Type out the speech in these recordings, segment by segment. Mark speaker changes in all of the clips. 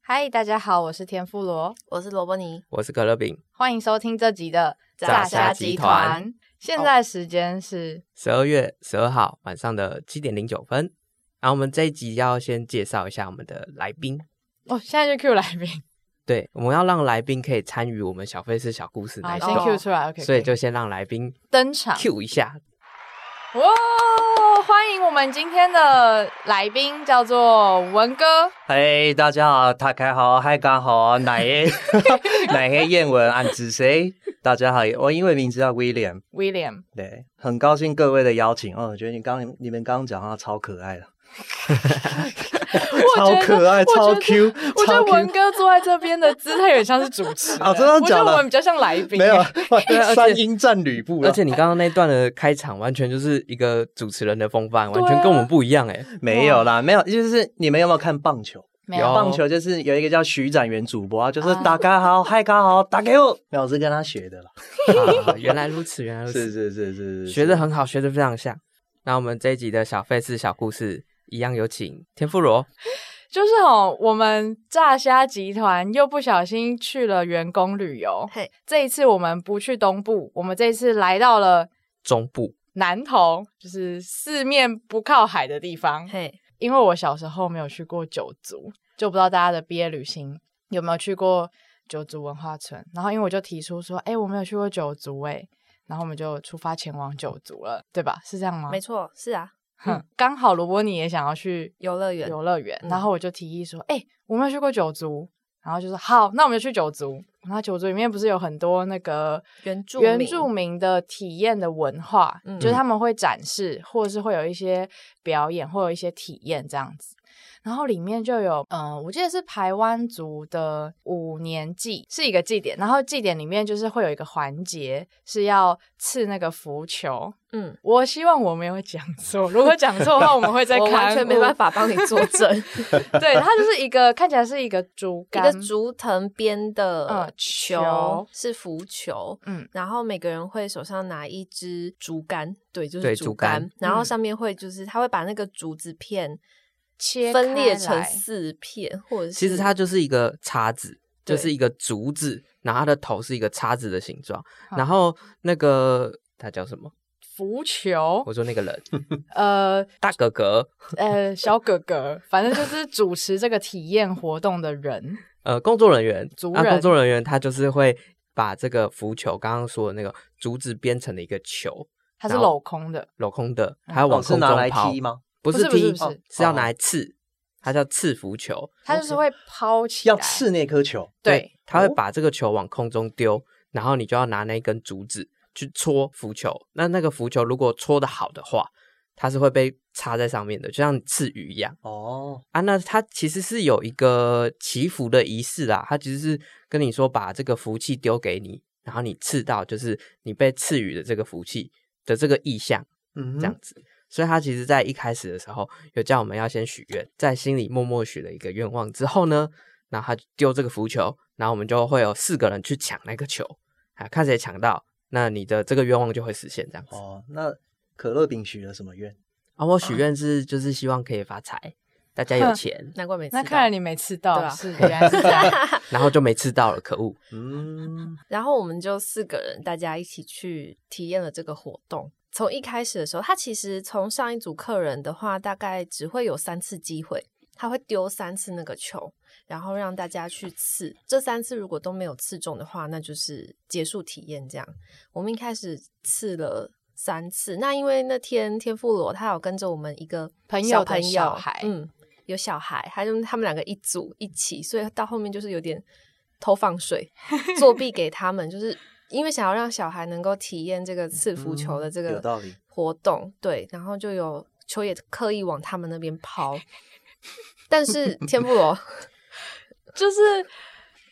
Speaker 1: 嗨，大家好，我是田富罗，
Speaker 2: 我是罗伯尼，
Speaker 3: 我是可乐饼，
Speaker 1: 欢迎收听这集的
Speaker 3: 炸虾集团。
Speaker 1: 现在时间是
Speaker 3: 十二月十二号晚上的七点零九分。然后我们这一集要先介绍一下我们的来宾，
Speaker 1: 哦，现在就 Q 来 宾，
Speaker 3: 对，我们要让来宾可以参与我们小费事小故事那
Speaker 1: 好，
Speaker 3: 一
Speaker 1: 啊先
Speaker 3: 集，
Speaker 2: 哦
Speaker 1: Q 出来，OK，
Speaker 3: 所以就先让来宾
Speaker 1: 登场。
Speaker 3: Q 一下。
Speaker 1: 哇，欢迎我们今天的来宾，叫做文哥。
Speaker 4: 嘿大家好，大家好，嗨，大家好，奶黑奶黑燕文俺指谁？大家好，我英文名字叫 William，
Speaker 1: William，
Speaker 4: 对，很高兴各位的邀请哦。我觉得你刚你们刚刚讲话超可爱的，
Speaker 1: 我
Speaker 4: 超
Speaker 1: 觉得
Speaker 4: 可爱，
Speaker 1: 我觉
Speaker 4: 超
Speaker 1: 得
Speaker 4: Q，
Speaker 1: 我觉
Speaker 4: 超
Speaker 1: 得文
Speaker 4: Q。
Speaker 1: 哥坐在这边的姿态有点像是主持人，
Speaker 4: 哦真的
Speaker 1: 我觉
Speaker 4: 假
Speaker 1: 得
Speaker 4: 的
Speaker 1: 我们比较像来宾，
Speaker 4: 没有
Speaker 1: 欸，
Speaker 3: 对而且
Speaker 4: 三英战吕布啊了，
Speaker 3: 而且你刚刚那段的开场，完全就是一个主持人的风范，
Speaker 1: 对啊
Speaker 3: 完全跟我们不一样哎、
Speaker 4: 没有啦，没有，就是你们有没有看棒球？
Speaker 1: 没
Speaker 3: 有
Speaker 4: 棒球就是有一个叫徐展元主播啊，就是
Speaker 1: 啊
Speaker 4: 大家好，嗨，大家好，打给我，没有，我是跟他学的啦，
Speaker 3: 啊原来如此，原来如此，
Speaker 4: 是是是是，是
Speaker 3: 学的很好，学的非常像。那我们这一集的小费事小故事，一样有请田富罗。
Speaker 1: 就是哦，我们炸虾集团又不小心去了员工旅游。
Speaker 2: 嘿，
Speaker 1: 这一次我们不去东部，我们这一次来到了
Speaker 3: 中部
Speaker 1: 南投，就是四面不靠海的地方。
Speaker 2: 嘿，
Speaker 1: 因为我小时候没有去过九族，就不知道大家的毕业旅行有没有去过九族文化村。然后因为我就提出说，哎、我没有去过九族、哎，然后我们就出发前往九族了，对吧？是这样吗？
Speaker 2: 没错，是啊，
Speaker 1: 哼，刚好罗伯尼也想要去
Speaker 2: 游乐园
Speaker 1: 游乐园，
Speaker 2: 嗯
Speaker 1: 然后我就提议说，哎、我没有去过九族，然后就说好，那我们就去九族。然后九族里面不是有很多那个
Speaker 2: 原住
Speaker 1: 原
Speaker 2: 民
Speaker 1: 住民的体验的文化，
Speaker 2: 嗯
Speaker 1: 就是他们会展示，或者是会有一些表演，或有一些体验这样子。然后里面就有，呃，我记得是台湾族的五年祭是一个祭典，然后祭典里面就是会有一个环节是要刺那个浮球。
Speaker 2: 嗯，
Speaker 1: 我希望我没有讲错，如果讲错的话，我们会再
Speaker 2: 我
Speaker 1: 看。
Speaker 2: 完全没办法帮你 作证。
Speaker 1: 对，它就是一个看起来是一个竹
Speaker 2: 一
Speaker 1: 竿，
Speaker 2: 个竹藤编的
Speaker 1: 嗯
Speaker 2: 球
Speaker 1: 球
Speaker 2: 是浮球，
Speaker 1: 嗯，
Speaker 2: 然后每个人会手上拿一支竹竿，对，就
Speaker 3: 对
Speaker 2: 是
Speaker 3: 竹
Speaker 2: 竿，
Speaker 3: 竿
Speaker 2: 然后
Speaker 1: 嗯
Speaker 2: 上面会就是他会把那个竹子片
Speaker 1: 切
Speaker 2: 分裂
Speaker 1: 开
Speaker 2: 成
Speaker 1: 来
Speaker 2: 四片，或者是
Speaker 3: 其实它就是一个叉子，
Speaker 2: 对，
Speaker 3: 就是一个竹子，然后它的头是一个叉子的形状，
Speaker 1: 好
Speaker 3: 然后那个他叫什么？
Speaker 1: 浮球
Speaker 3: 我，说那个人
Speaker 1: 呃
Speaker 3: 大哥哥，
Speaker 1: 呃，小哥哥，反正就是主持这个体验活动的人，
Speaker 3: 呃，工作人员，
Speaker 1: 族
Speaker 3: 那
Speaker 1: 人
Speaker 3: 工作人员他就是会把这个浮球，刚刚说的那个竹子编成的一个球，
Speaker 1: 他是
Speaker 3: 然后
Speaker 1: 镂空的，
Speaker 3: 镂空的，还要
Speaker 4: 哦
Speaker 3: 往
Speaker 4: 是
Speaker 3: 空
Speaker 4: 拿来
Speaker 3: 中抛，
Speaker 4: 踢吗？哦
Speaker 1: 嗯
Speaker 3: 不
Speaker 1: 不
Speaker 3: 是
Speaker 1: 是不是
Speaker 3: 踢，
Speaker 1: 不是
Speaker 3: 是要拿来刺，它叫刺浮球，
Speaker 1: 他就是会抛起来，
Speaker 4: 要刺那颗球，
Speaker 1: 对，
Speaker 3: 他会
Speaker 4: 哦
Speaker 3: 把这个球往空中丢，然后你就要拿那根竹子去戳浮球。那那个浮球如果戳的好的话，它是会被插在上面的，就像刺鱼一样
Speaker 4: 哦，
Speaker 3: 啊。那它其实是有一个祈福的仪式啦，它其实是跟你说把这个福气丢给你，然后你刺到就是你被赐予的这个福气的这个意象
Speaker 4: 嗯哼，
Speaker 3: 这样子。所以他其实，在一开始的时候，有叫我们要先许愿，在心里默默许了一个愿望之后呢，然后他就丢这个浮球，然后我们就会有四个人去抢那个球，啊，看谁抢到，那你的这个愿望就会实现这样子。
Speaker 4: 哦，那可乐饼许了什么愿？
Speaker 3: 啊，我许愿是就是希望可以发财，大家有钱
Speaker 2: 难怪没
Speaker 1: 那
Speaker 2: 吃
Speaker 1: 看来
Speaker 2: 到
Speaker 1: 你没刺到，
Speaker 2: 对啊
Speaker 1: 是原来是这样
Speaker 3: 然后就没吃到了，可恶！
Speaker 4: 嗯，
Speaker 2: 然后我们就四个人，大家一起去体验了这个活动。从一开始的时候，他其实从上一组客人的话，大概只会有三次机会，他会丢三次那个球，然后让大家去刺。这三次如果都没有刺中的话，那就是结束体验。这样，我们一开始刺了三次。那因为那天天妇罗他有跟着我们一个
Speaker 1: 朋友
Speaker 2: 小
Speaker 1: 的
Speaker 2: 朋友
Speaker 1: 小孩
Speaker 2: 嗯，有小孩，他就他们两个一组一起，所以到后面就是有点偷放水，作弊给他们，就是因为想要让小孩能够体验这个刺浮球的这
Speaker 4: 嗯有道
Speaker 2: 个
Speaker 4: 理
Speaker 2: 活动，对，然后就有球也刻意往他们那边抛， 但是天妇罗
Speaker 1: 就是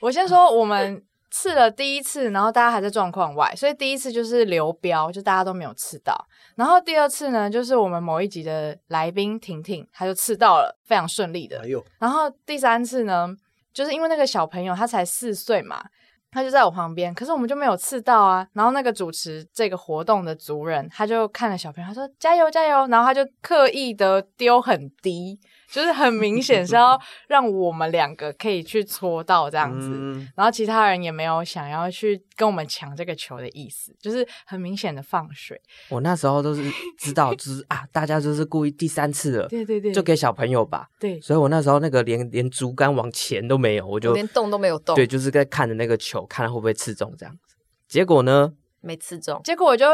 Speaker 1: 我先说我们。刺了第一次，然后大家还在状况外，所以第一次就是流标，就大家都没有刺到。然后第二次呢，就是我们某一集的来宾婷婷，她就刺到了，非常顺利的
Speaker 4: 哎。呦，
Speaker 1: 然后第三次呢，就是因为那个小朋友他才四岁嘛，他就在我旁边，可是我们就没有刺到啊。然后那个主持这个活动的族人，他就看了小朋友，他说加油加油，然后他就刻意的丢很低，就是很明显是 要让我们两个可以去搓到这样子。
Speaker 3: 嗯
Speaker 1: 然后其他人也没有想要去跟我们抢这个球的意思，就是很明显的放水。
Speaker 3: 我那时候都是知道，就是啊，大家就是故意第三次了，
Speaker 1: 对对对，
Speaker 3: 就给小朋友吧。
Speaker 1: 对
Speaker 3: 所以我那时候那个连连竹竿往前都没有，我就
Speaker 2: 我连动都没有动
Speaker 3: 对，就是在看着那个球，看它会不会刺中这样子。结果呢，
Speaker 2: 没刺中，
Speaker 1: 结果我就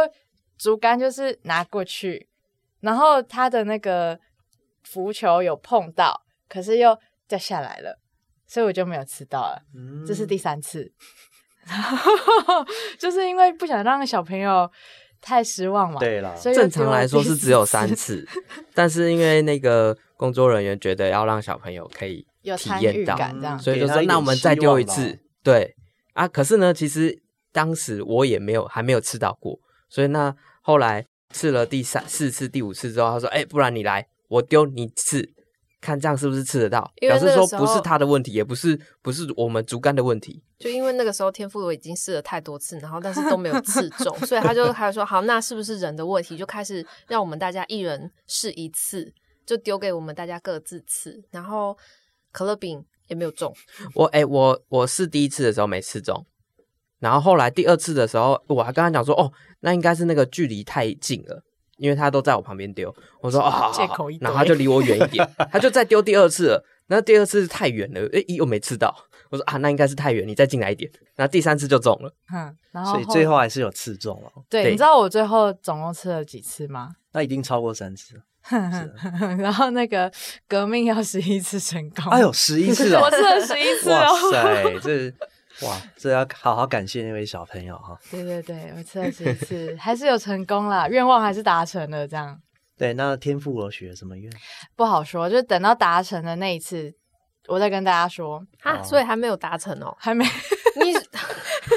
Speaker 1: 竹竿就是拿过去，然后他的那个浮球有碰到，可是又掉下来了，所以我就没有吃到了。
Speaker 4: 嗯
Speaker 1: 这是第三次， 然后就是因为不想让小朋友太失望嘛，
Speaker 4: 对啦，
Speaker 1: 所以又
Speaker 3: 正常来说是只有三
Speaker 1: 丢了第四次，
Speaker 3: 次，但是因为那个工作人员觉得要让小朋友可以
Speaker 1: 有
Speaker 3: 体
Speaker 1: 参与
Speaker 3: 验到，
Speaker 1: 感这样
Speaker 3: 所以
Speaker 4: 给
Speaker 3: 就
Speaker 4: 他
Speaker 3: 说
Speaker 4: 一点
Speaker 3: 那我们再
Speaker 4: 希
Speaker 3: 丢一
Speaker 4: 望
Speaker 3: 次
Speaker 4: 吧。
Speaker 3: 对啊，可是呢，其实当时我也没有还没有吃到过，所以那后来吃了第三四次、第五次之后，他说：“哎、不然你来，我丢你刺。”看这样是不是吃得到？
Speaker 2: 因为
Speaker 3: 表
Speaker 2: 那个
Speaker 3: 示说
Speaker 2: 时
Speaker 3: 不是
Speaker 2: 候
Speaker 3: 他的问题，也不是不是我们竹竿的问题。
Speaker 2: 就因为那个时候天妇罗已经试了太多次，然后但是都没有刺中，所以他就还说好，那是不是人的问题？就开始让我们大家一人试一次，就丢给我们大家各自刺，然后可乐饼也没有中，
Speaker 3: 我哎、我我试第一次的时候没吃中，然后后来第二次的时候，我还跟他讲说，哦，那应该是那个距离太近了，因为他都在我旁边丢。我说哦，好好
Speaker 1: 借
Speaker 3: 好
Speaker 1: 口一堆
Speaker 3: 然后他就离我远一点，他就再丢第二次了。那第二次太远了，哎、又没吃到。我说啊，那应该是太远，你再进来一点。然后第三次就中了，
Speaker 1: 嗯，然后
Speaker 4: 所以最后还是有刺中了，
Speaker 1: 对，
Speaker 3: 对
Speaker 1: 你知道我最后总共吃了几次吗？
Speaker 4: 那一定超过三次。
Speaker 1: 然后那个革命要十一次成功，
Speaker 4: 哎呦，，十一次哦
Speaker 1: 我，吃了十一次哦
Speaker 4: 哇，塞，这哇，这要好好感谢那位小朋友哈。
Speaker 1: 对对对，我吃了十一次，还是有成功啦，愿望还是达成了，这样
Speaker 4: 对，那天赋我许了什么愿？
Speaker 1: 不好说，就等到达成的那一次，我再跟大家说，
Speaker 2: 啊，
Speaker 4: 哦
Speaker 2: 所以还没有达成哦。
Speaker 1: 还没，
Speaker 2: 你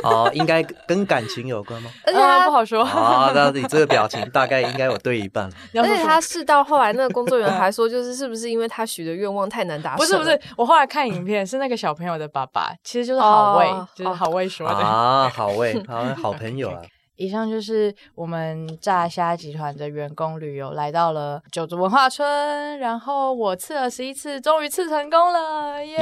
Speaker 4: 哦，应该跟 感情有关吗？
Speaker 2: 而且
Speaker 1: 呃
Speaker 2: 他
Speaker 1: 不好说，
Speaker 4: 啊，那你这个表情大概应该有对一半 了。
Speaker 1: 要
Speaker 2: 而
Speaker 1: 说
Speaker 2: 且
Speaker 1: 什么
Speaker 2: 他试到后来，那个工作人员还说，就是是不是因为他许的愿望太难达成？
Speaker 1: 不是不是，，我后来看影片是那个小朋友的爸爸，其实就是好味，
Speaker 2: 哦
Speaker 1: 就是好味说的。
Speaker 4: 啊，好味，好好朋友啊，
Speaker 1: 以上就是我们炸虾集团的员工旅游，来到了九族文化村，然后我刺了十一次，终于刺成功了，耶、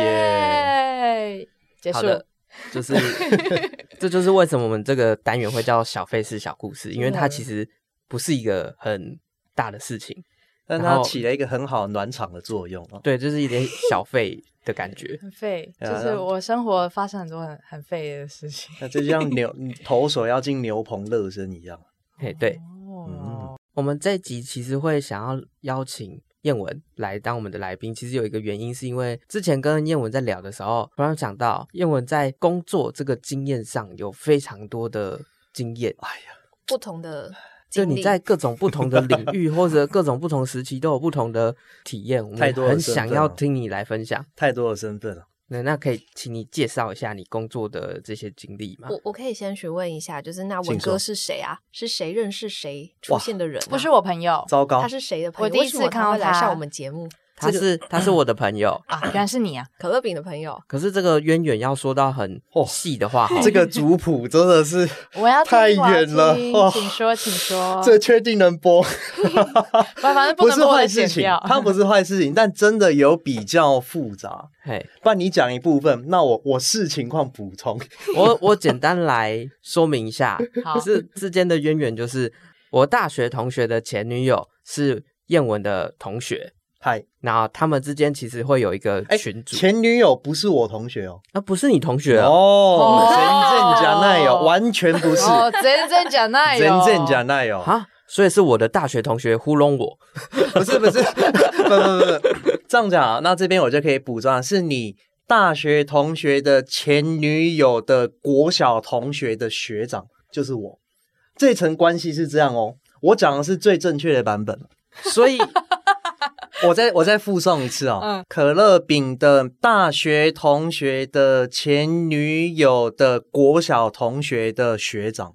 Speaker 1: 结
Speaker 3: 好
Speaker 1: 束。
Speaker 3: 的就是 这就是为什么我们这个单元会叫小费事小故事，因为
Speaker 1: 嗯
Speaker 3: 它其实不是一个很大的事情，
Speaker 4: 但
Speaker 3: 然
Speaker 4: 它
Speaker 3: 后
Speaker 4: 起了一个很好暖场的作用啊。
Speaker 3: 对，就是一点小费的感觉。
Speaker 1: 很废，
Speaker 4: 对
Speaker 1: 就
Speaker 4: 啊
Speaker 1: 是我生活发生很多很很废的事情。
Speaker 4: 那 这就像牛嗯投手要进牛棚热身一样。嗯
Speaker 3: 嘿，对，
Speaker 1: 哦，
Speaker 3: 我们这集其实会想要邀请燕文来当我们的来宾，其实有一个原因是因为之前跟燕文在聊的时候，突然想到燕文在工作这个经验上有非常多的经验，
Speaker 4: 哎呀，
Speaker 2: 不同的
Speaker 3: 就
Speaker 2: 经历。
Speaker 3: 你在各种不同的领域或者各种不同时期都有不同的体验，我
Speaker 4: 太
Speaker 3: 们
Speaker 4: 多了
Speaker 3: 很
Speaker 4: 身
Speaker 3: 想
Speaker 4: 份
Speaker 3: 要
Speaker 4: 了
Speaker 3: 听你来分享。
Speaker 4: 太多的身份了。
Speaker 3: 那那可以请你介绍一下你工作的这些经历吗？
Speaker 2: 我我可以先询问一下，就是那文
Speaker 4: 请
Speaker 2: 哥
Speaker 4: 说
Speaker 2: 是谁啊？是谁认识谁出
Speaker 4: 哇
Speaker 2: 现的人啊、
Speaker 1: 不是我朋友
Speaker 4: 糟糕
Speaker 2: 他，是谁的朋
Speaker 1: 我
Speaker 2: 友？
Speaker 1: 第一
Speaker 2: 为什么
Speaker 1: 次看到
Speaker 2: 他会来
Speaker 1: 他
Speaker 2: 上我们节目，
Speaker 3: 他是他是我的朋友，
Speaker 1: 啊，原来是你啊！
Speaker 2: 可乐饼的朋友。
Speaker 3: 可是这个渊源要说到很
Speaker 4: 哦
Speaker 3: 细 的话，哈
Speaker 4: 这个族谱真的是
Speaker 1: 我要听
Speaker 4: 太
Speaker 1: 我要
Speaker 4: 远了
Speaker 1: 听
Speaker 4: 哦
Speaker 1: 请说，请说。
Speaker 4: 这确定能播，
Speaker 1: 反反正
Speaker 4: 不
Speaker 1: 能
Speaker 4: 是
Speaker 1: 播
Speaker 4: 坏
Speaker 1: 的
Speaker 4: 事
Speaker 1: 剪
Speaker 4: 情
Speaker 1: 掉。，
Speaker 4: 它不是坏事情，但真的有比较复杂。
Speaker 3: 嘿，
Speaker 4: 不然你讲一部分，那我我视情况补充。
Speaker 3: 我我简单来说明一下
Speaker 1: 好，
Speaker 3: 是之间的渊源，就是我大学同学的前女友是燕文的同学，
Speaker 4: 嗨，
Speaker 3: 然后他们之间其实会有一个
Speaker 4: 哎
Speaker 3: 群组，
Speaker 4: 前女友不是我同学哦。
Speaker 3: 啊，不是你同学哦，
Speaker 4: 哦
Speaker 1: 哦，
Speaker 4: 真正假奈友完全不是，
Speaker 1: 哦，真真假那
Speaker 4: 真
Speaker 1: 哟
Speaker 4: 正假奈友，
Speaker 3: 啊，所以是我的大学同学糊弄我，
Speaker 4: 不是不是，不不不不，这样讲啊，那这边我就可以补充啊，是你大学同学的前女友的国小同学的学长，就是我，这层关系是这样哦。我讲的是最正确的版本，
Speaker 3: 所 以
Speaker 4: 我再我再附送一次哦。
Speaker 1: 嗯
Speaker 4: 可乐饼的大学同学的前女友的国小同学的学长，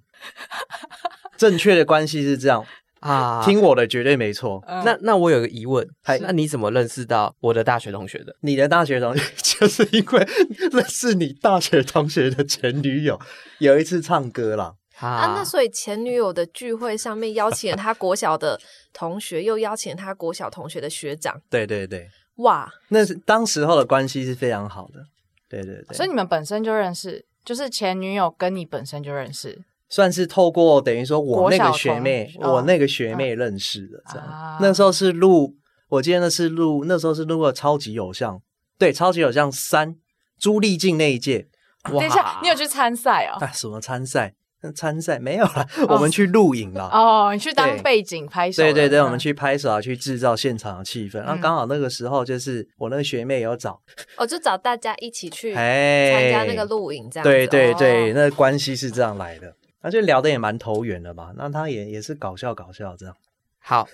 Speaker 4: 正确的关系是这样，
Speaker 3: 啊，
Speaker 4: 听我的绝对没错。
Speaker 1: 嗯
Speaker 3: 那那我有个疑问，
Speaker 4: 嗨
Speaker 3: 那你怎么认识到我的大学同学的？
Speaker 4: 你的大学同学 就是因为认识你大学同学的前女友，有一次唱歌啦，
Speaker 2: 啊，那
Speaker 3: 啊，
Speaker 2: 所以前女友的聚会上面邀请了他国小的同学，又邀请了他国小同学的学长。
Speaker 4: 对对对，
Speaker 2: 哇，
Speaker 4: 那是当时候的关系是非常好的。对对对，
Speaker 1: 所以你们本身就认识，就是前女友跟你本身就认识
Speaker 4: 算是透过等于说我
Speaker 1: 国
Speaker 4: 那
Speaker 1: 小
Speaker 4: 个
Speaker 1: 同
Speaker 4: 学妹，
Speaker 1: 哦
Speaker 4: 我那个学妹认识的这样。
Speaker 1: 啊
Speaker 4: 那时候是录，我记得那是录，那时候是录了《超级偶像》，对，《超级偶像三》朱丽静那一届
Speaker 3: 哇
Speaker 1: 等一下，你有去参赛哦？
Speaker 4: 啊，什么参赛？那参赛没有啦，我们去录影啦。
Speaker 1: 哦，你去当
Speaker 4: 啊对
Speaker 1: 背景拍手的？
Speaker 4: 对对对，
Speaker 1: 嗯
Speaker 4: 我们去拍手啊，去制造现场的气氛。然后
Speaker 1: 嗯
Speaker 4: 刚好那个时候，就是我那个学妹有找，
Speaker 2: 我哦就找大家一起去参
Speaker 4: 哎，
Speaker 2: 加那个录影，这样子
Speaker 4: 对对
Speaker 2: 哦
Speaker 4: 对，那关系是这样来的，那就聊得也蛮投缘的嘛。那他也也是搞笑搞笑这样。
Speaker 3: 好，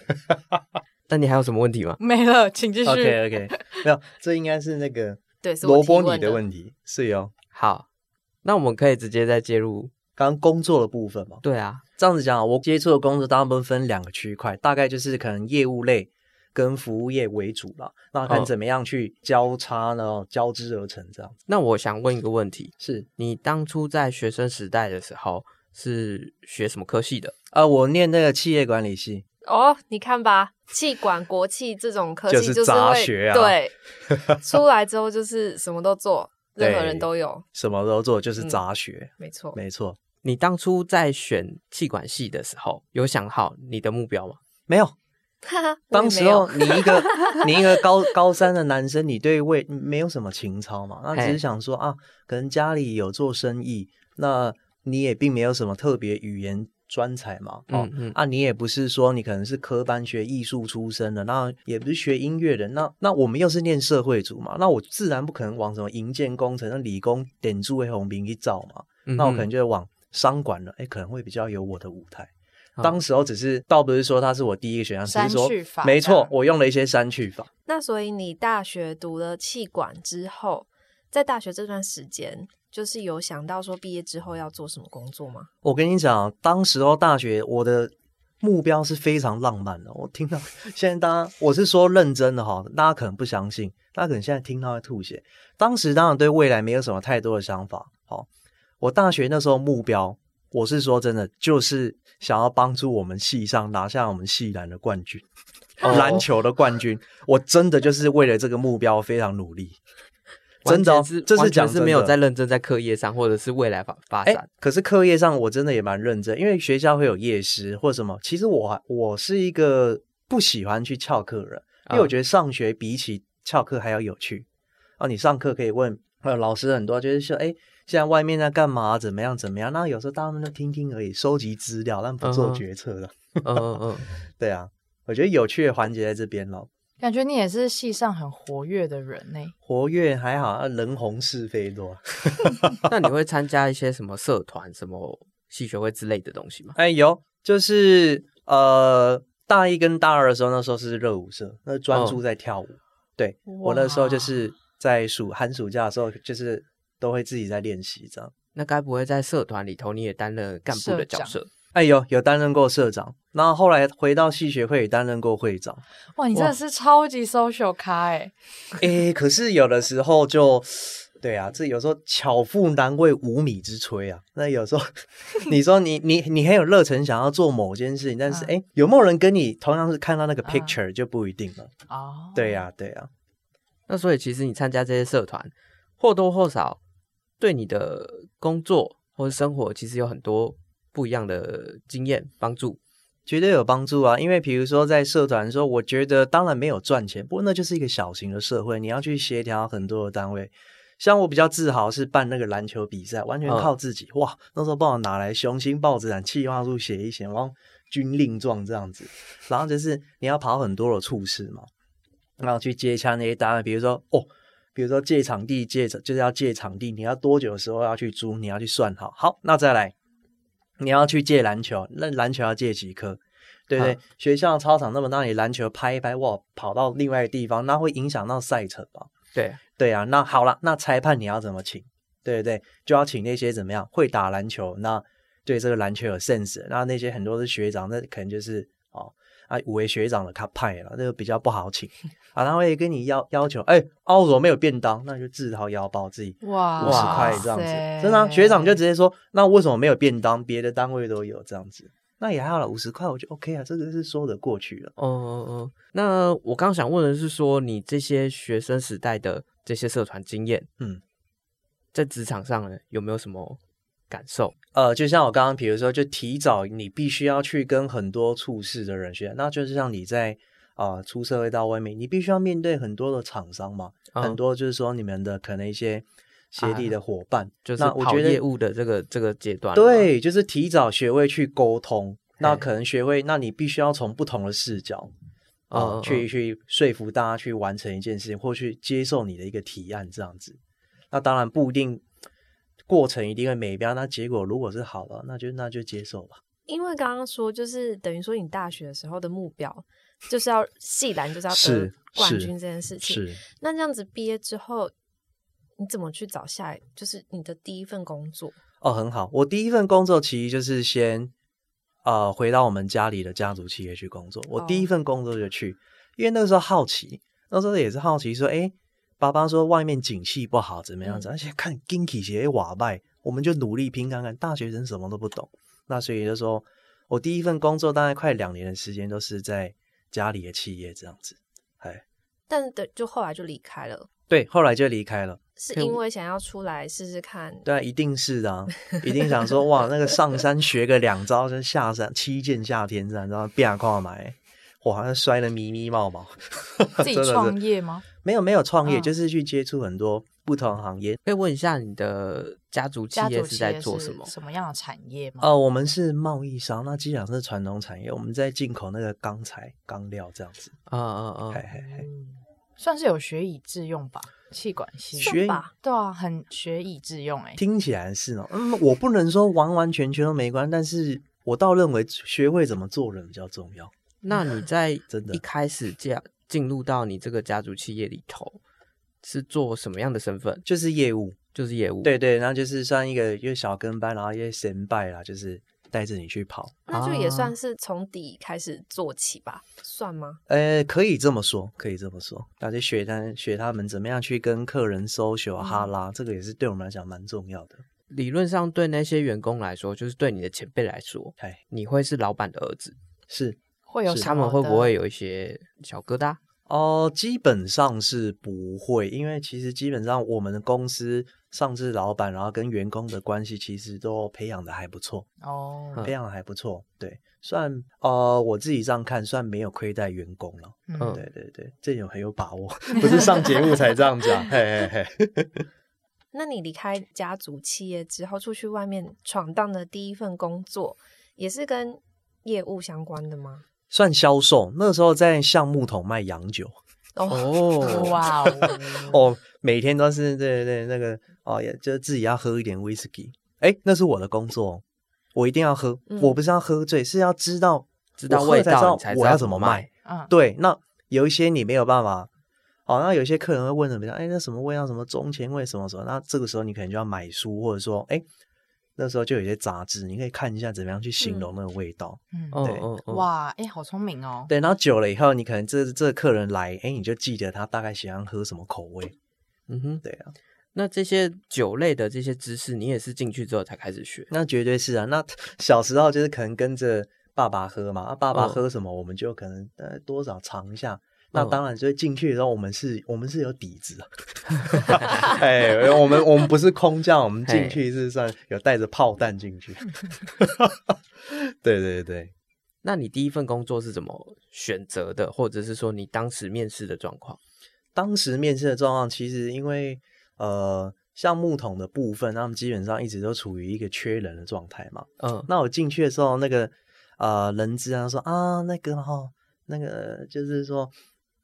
Speaker 3: 那你还有什么问题吗？
Speaker 1: 没了，请继续。
Speaker 4: OK OK，没有，这应该是那个
Speaker 2: 对，是我
Speaker 4: 萝卜
Speaker 2: 提
Speaker 4: 你的
Speaker 2: 题。
Speaker 4: 问题，是哦哟。
Speaker 3: 好，那我们可以直接再介入。
Speaker 4: 刚刚工作的部分嘛，
Speaker 3: 对啊，
Speaker 4: 这样子讲啊，我接触的工作大部分分两个区块，大概就是可能业务类跟服务业为主啦。
Speaker 2: 哦
Speaker 4: 那看
Speaker 3: 嗯
Speaker 4: 怎么样去交叉呢，哦交织而成这样子。
Speaker 3: 那我想问一个问题：
Speaker 4: 是，
Speaker 3: 你当初在学生时代的时候是学什么科系的？
Speaker 4: 啊，我念那个企业管理系，
Speaker 2: 哦，你看吧，气管、国气这种科
Speaker 4: 就
Speaker 2: 技
Speaker 4: 是
Speaker 2: 就是
Speaker 4: 杂
Speaker 2: 会
Speaker 4: 学啊
Speaker 2: 对，出来之后就是什么都做，任何
Speaker 4: 对
Speaker 2: 人都有，
Speaker 4: 什么都做，就是
Speaker 2: 嗯
Speaker 4: 杂学，
Speaker 2: 没错。
Speaker 4: 没错。
Speaker 3: 你当初在选气管系的时候，有想好你的目标吗？
Speaker 4: 没有，
Speaker 2: 哈哈， 我也
Speaker 4: 当
Speaker 2: 没
Speaker 4: 时
Speaker 2: 有
Speaker 4: 候你一个你一个高高三的男生，你对未没有什么情操嘛？那只
Speaker 3: 嘿
Speaker 4: 是想说啊，可能家里有做生意，那你也并没有什么特别语言专才嘛。哦，
Speaker 3: 嗯嗯
Speaker 4: 啊，你也不是说你可能是科班学艺术出身的，那也不是学音乐的，那那我们又是念社会组嘛，那我自然不可能往什么营建工程、那理工、点柱、黑红兵去找嘛。那我
Speaker 3: 嗯
Speaker 4: 可能就会往商管了，哎，可能会比较有我的舞台。
Speaker 3: 哦
Speaker 4: 当时候只是倒不是说它是我第一个选项，只
Speaker 1: 删
Speaker 4: 是说
Speaker 1: 去法
Speaker 4: 没
Speaker 1: 这
Speaker 4: 错
Speaker 1: 样，
Speaker 4: 我用了一些删去法。
Speaker 2: 那所以你大学读了气管之后，在大学这段时间，就是有想到说毕业之后要做什么工作吗？
Speaker 4: 我跟你讲，当时候大学我的目标是非常浪漫的。我听到现在大家，我是说认真的哈，大家可能不相信，大家可能现在听到会吐血。当时当然对未来没有什么太多的想法。好，我大学那时候目标，我是说真的，就是想要帮助我们系上拿下我们系篮的冠军。
Speaker 3: 哦
Speaker 4: 篮球的冠军，我真的就是为了这个目标非常努力，真的哦、
Speaker 3: 完全是
Speaker 4: 这
Speaker 3: 完
Speaker 4: 是
Speaker 3: 全
Speaker 4: 讲
Speaker 3: 是没有
Speaker 4: 真的
Speaker 3: 在认真在课业上，或者是未来发发
Speaker 4: 哎、
Speaker 3: 展。
Speaker 4: 可是课业上我真的也蛮认真，因为学校会有夜师或什么。其实我还我是一个不喜欢去翘课的人，
Speaker 3: 啊嗯
Speaker 4: 因为我觉得上学比起翘课还要有趣。哦，你上课可以问呃老师很多，就是说哎。现在外面在干嘛？怎么样？怎么样？那有时候大部分都听听而已，收集资料，但不做
Speaker 3: 嗯哼
Speaker 4: 决策的。
Speaker 3: 嗯嗯嗯，
Speaker 4: 对啊，我觉得有趣的环节在这边咯。
Speaker 1: 感觉你也是系上很活跃的人呢、
Speaker 4: 活跃还好，啊人红是非多。
Speaker 3: 那你会参加一些什么社团、什么系学会之类的东西吗？
Speaker 4: 哎，有，就是呃，大一跟大二的时候，那时候是热舞社，那专注在跳舞。对我那时候就
Speaker 1: 嗯哇
Speaker 4: 是在暑寒暑假的时候，就是都会自己在练习这样。
Speaker 3: 那该不会在社团里头你也担任干部的角色？
Speaker 4: 哎，有有担任过社长，然后后来回到戏学会也担任过会长。
Speaker 1: 哇，你真的是超级 social 咖哎、
Speaker 4: 哎，可是有的时候就。对啊，这有时候巧妇难为无米之炊啊。那有 时候，你说你你你很有热忱，想要做某件事情，但是
Speaker 1: 嗯
Speaker 4: 哎、有没有人跟你同样是看到那个
Speaker 1: 嗯
Speaker 4: picture 就不一定了。
Speaker 1: 哦，
Speaker 4: 对呀、对啊呀、
Speaker 3: 那所以其实你参加这些社团，或多或少对你的工作或者生活其实有很多不一样的经验帮助。
Speaker 4: 绝对有帮助啊！因为比如说在社团的时候，我觉得当然没有赚钱，不过那就是一个小型的社会，你要去协调很多的单位。像我比较自豪是办那个篮球比赛，完全
Speaker 3: 嗯
Speaker 4: 靠自己。哇，那时候帮我拿来雄心豹子胆企划书写一写，然后军令状这样子，然后就是你要跑很多的处室嘛，然后去接洽那些单位，比如说哦。比如说借场地，借就是要借场地，你要多久的时候要去租，你要去算好。好，那再来，你要去借篮球，那篮球要借几颗？对不对？
Speaker 3: 嗯
Speaker 4: 学校操场那么大，你篮球拍一拍，哇，跑到另外一个地方，那会影响到赛程吧？
Speaker 3: 对，
Speaker 4: 对啊，那好了，那裁判你要怎么请？对不对？就要请那些怎么样会打篮球，那对这个篮球有 sense，的那那些很多是学长，那可能就是哦啊五位学长的他派了，那个比较不好请啊，他会跟你要要求，哎，奥罗没有便当，那你就自掏腰包自己。
Speaker 1: 哇，
Speaker 4: 五十
Speaker 3: 哇
Speaker 4: 啊块这样子，真的啊、学长就直接说，那为什么没有便当？别的单位都有这样子。那也还好了，五十块我就 OK 啊，这个是说得过去了。
Speaker 3: 哦哦哦，那我刚想问的是说，你这些学生时代的这些社团经验，
Speaker 4: 嗯，
Speaker 3: 在职场上呢有没有什么感受？
Speaker 4: 呃，就像我刚刚，比如说，就提早你必须要去跟很多处事的人学，那就是像你在啊、呃出社会到外面，你必须要面对很多的厂商嘛，很
Speaker 3: 嗯啊
Speaker 4: 多就是说你们的可能一些协力的伙伴，
Speaker 3: 就是
Speaker 4: 那我
Speaker 3: 跑
Speaker 4: 觉得
Speaker 3: 业务的这个这个阶段，，
Speaker 4: 对，就是提早学会去沟通。那
Speaker 3: 啊嘿
Speaker 4: 可能学会，那你必须要从不同的视角
Speaker 3: 嗯
Speaker 4: 啊、
Speaker 3: 嗯嗯
Speaker 4: 去去说服大家去完成一件事情，或去接受你的一个提案这样子。那当然不一定，过程一定会美标，那结果如果是好的，那就那就接受吧。
Speaker 2: 因为刚刚说，就是等于说你大学的时候的目标就是要系篮，就是要得
Speaker 4: 是
Speaker 2: 冠
Speaker 4: 是
Speaker 2: 军这件事情。那这样子毕业之后，你怎么去找下一，就是你的第一份工作？
Speaker 4: 哦，很好。我第一份工作其实就是先呃回到我们家里的家族企业去工作。我第一
Speaker 2: 哦
Speaker 4: 份工作就去，因为那个时候好奇，那时候也是好奇说，哎，爸爸说外面景气不好，怎么样子？
Speaker 2: 嗯
Speaker 4: 而且看 Ginky 写瓦拜，我们就努力拼看看。大学生什么都不懂，那所以就说我第一份工作大概快两年的时间都是在家里的企业这样子。哎，
Speaker 2: 但的就后来就离开了，
Speaker 4: 对，后来就离开了。
Speaker 2: 是
Speaker 3: 哎
Speaker 2: 因
Speaker 3: 我
Speaker 2: 为想要出来试试看。
Speaker 4: 对啊，一定是的、啊，一定想说哇，那个上山学个两招，就下山七剑下天山，然后变跨买，哇，那摔得迷迷冒冒。
Speaker 1: 自己
Speaker 4: 真的是
Speaker 1: 创业吗？
Speaker 4: 没有没有创业，
Speaker 1: 嗯
Speaker 4: 就是去接触很多不同行业。
Speaker 3: 可以问一下你的家族企
Speaker 1: 家
Speaker 3: 业
Speaker 1: 族
Speaker 3: 是
Speaker 1: 企
Speaker 3: 在
Speaker 1: 业
Speaker 3: 做
Speaker 1: 是
Speaker 3: 什么？
Speaker 1: 什么样的产业吗？
Speaker 4: 呃，我们是贸易商，那基本上是传统产业，我们在进口那个钢材、钢料这样子。
Speaker 3: 啊啊
Speaker 4: 嘿
Speaker 3: 啊！
Speaker 4: 嘿嘿，
Speaker 1: 嗯算是有学以致用吧，气管系
Speaker 4: 学以
Speaker 2: 吧，
Speaker 1: 对啊，很学以致用哎、
Speaker 4: 听起来是哦，嗯，我不能说完完全全都没关，但是我倒认为学会怎么做人比较重要。
Speaker 3: 那 你在
Speaker 4: 真的
Speaker 3: 一开始加进入到你这个家族企业里头，是做什么样的身份？
Speaker 4: 就是业务，
Speaker 3: 就是业务。
Speaker 4: 对对，然后就是算一个一个小跟班，然后一些神拜啦，就是带着你去跑。
Speaker 2: 那就也
Speaker 3: 啊
Speaker 2: 算是从底开始做起吧，算吗？
Speaker 4: 呃，可以这么说，可以这么说，那就学他学他们怎么样去跟客人 social 啊哈拉，这个也是对我们来讲蛮重要的。
Speaker 3: 理论上对那些员工来说，就是对你的前辈来说，
Speaker 4: 哎，
Speaker 3: 你会是老板的儿子，
Speaker 4: 是
Speaker 1: 会有什
Speaker 3: 他们
Speaker 1: 么
Speaker 3: 会
Speaker 1: 的
Speaker 3: 不会有一些小疙瘩？
Speaker 4: 哦，基本上是不会，因为其实基本上我们的公司上至老板，然后跟员工的关系其实都培养的还不错，
Speaker 1: 哦？
Speaker 3: 嗯
Speaker 4: 培养的还不错。对，算呃我自己这样看，算没有亏待员工了。
Speaker 3: 嗯
Speaker 4: 对对对，这种很有把 握， 不是上节目才这样啊讲。嘿嘿嘿，
Speaker 2: 那你离开家族企业之后，出去外面闯荡的第一份工作，也是跟业务相关的吗？
Speaker 4: 算销售，那时候在橡木桶卖洋酒。
Speaker 2: 哦，
Speaker 4: 嗯
Speaker 3: 哦，
Speaker 1: 哇哦，
Speaker 4: 哦，每天都是对对对那个哦，也就是自己要喝一点威士忌。哎，那是我的工作哦，我一定要喝。
Speaker 2: 嗯
Speaker 4: 我不是要喝醉，是要知道
Speaker 3: 知道
Speaker 4: 我喝
Speaker 3: 味
Speaker 4: 了才知
Speaker 3: 道
Speaker 4: 道
Speaker 3: 你才知
Speaker 4: 我
Speaker 3: 道
Speaker 4: 要
Speaker 3: 怎
Speaker 4: 怎
Speaker 3: 么
Speaker 4: 么
Speaker 3: 卖
Speaker 4: 卖。
Speaker 1: 嗯，
Speaker 4: 对，那有一些你没有办法。哦，那有些客人会问什么？哎，那什么味道？什么中前味？什么什么？那这个时候你可能就要买书，或者说，哎，那时候就有一些杂志，你可以看一下怎么样去形容那个味道。
Speaker 1: 嗯，
Speaker 3: 哦
Speaker 4: 对
Speaker 3: 哦哦，
Speaker 1: 哇，哎、好聪明哦，
Speaker 4: 对，然后久了以后，你可能这这个客人来，哎，你就记得他大概喜欢喝什么口味。
Speaker 3: 嗯哼。
Speaker 4: 对啊，
Speaker 3: 那这些酒类的这些知识，你也是进去之后才开始学？
Speaker 4: 那绝对是啊。那 小时候就是可能跟着爸爸喝嘛，啊，爸爸
Speaker 3: 嗯
Speaker 4: 喝什么，我们就可能呃多少尝一下。那
Speaker 3: 嗯
Speaker 4: 当然，就是进去的时候，我们是，我们是有底 子的。哎，我们我们不是空降，我们进去是算有带着炮弹进去。 对对对，
Speaker 3: 那你第一份工作是怎么选择的，或者是说你当时面试的状况？
Speaker 4: 当时面试的状况，其实因为呃，像木桶的部分，他们基本上一直都处于一个缺人的状态嘛。
Speaker 3: 嗯，
Speaker 4: 那我进去的时候，那个呃人资啊说啊，那个哈、那个就是说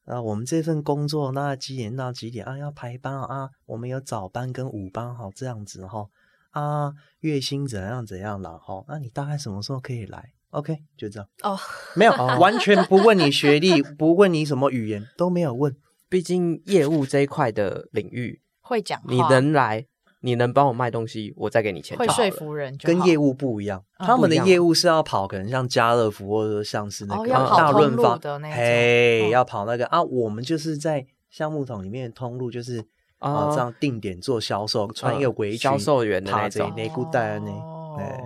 Speaker 4: 啊，我们这份工作那几点到几点啊要排班啊啊，我们有早班跟午班哈、这样子哈、啊，月薪怎样怎样啦哈、那你大概什么时候可以来？OK，就这样，
Speaker 2: 哦，
Speaker 4: 没有、完全不问你学历，不问你什么语言都没有问，
Speaker 3: 毕竟业务这一块的领域，
Speaker 1: 会讲话，
Speaker 3: 你能来，你能帮我卖东西，我再给你钱就
Speaker 1: 会
Speaker 3: 好了。
Speaker 1: 说服人就
Speaker 4: 跟
Speaker 1: 好
Speaker 4: 业务不一样，
Speaker 1: 嗯
Speaker 4: 他们的
Speaker 3: 不一样
Speaker 4: 业务是要跑，可能像家乐福或者说像是那
Speaker 1: 哦
Speaker 4: 个啊
Speaker 1: 要
Speaker 3: 跑
Speaker 4: 大
Speaker 1: 通
Speaker 4: 润
Speaker 1: 路
Speaker 4: 发
Speaker 1: 的那种
Speaker 4: 嘿，
Speaker 1: 嗯
Speaker 4: 要跑那个啊。我们就是在橡木桶里面的通路，就是啊
Speaker 3: 哦
Speaker 4: 这样定点做销售，穿一个围裙，
Speaker 3: 销售员的那
Speaker 4: 趴着
Speaker 3: 种
Speaker 4: 内裤带啊内，
Speaker 1: 哦
Speaker 4: 哎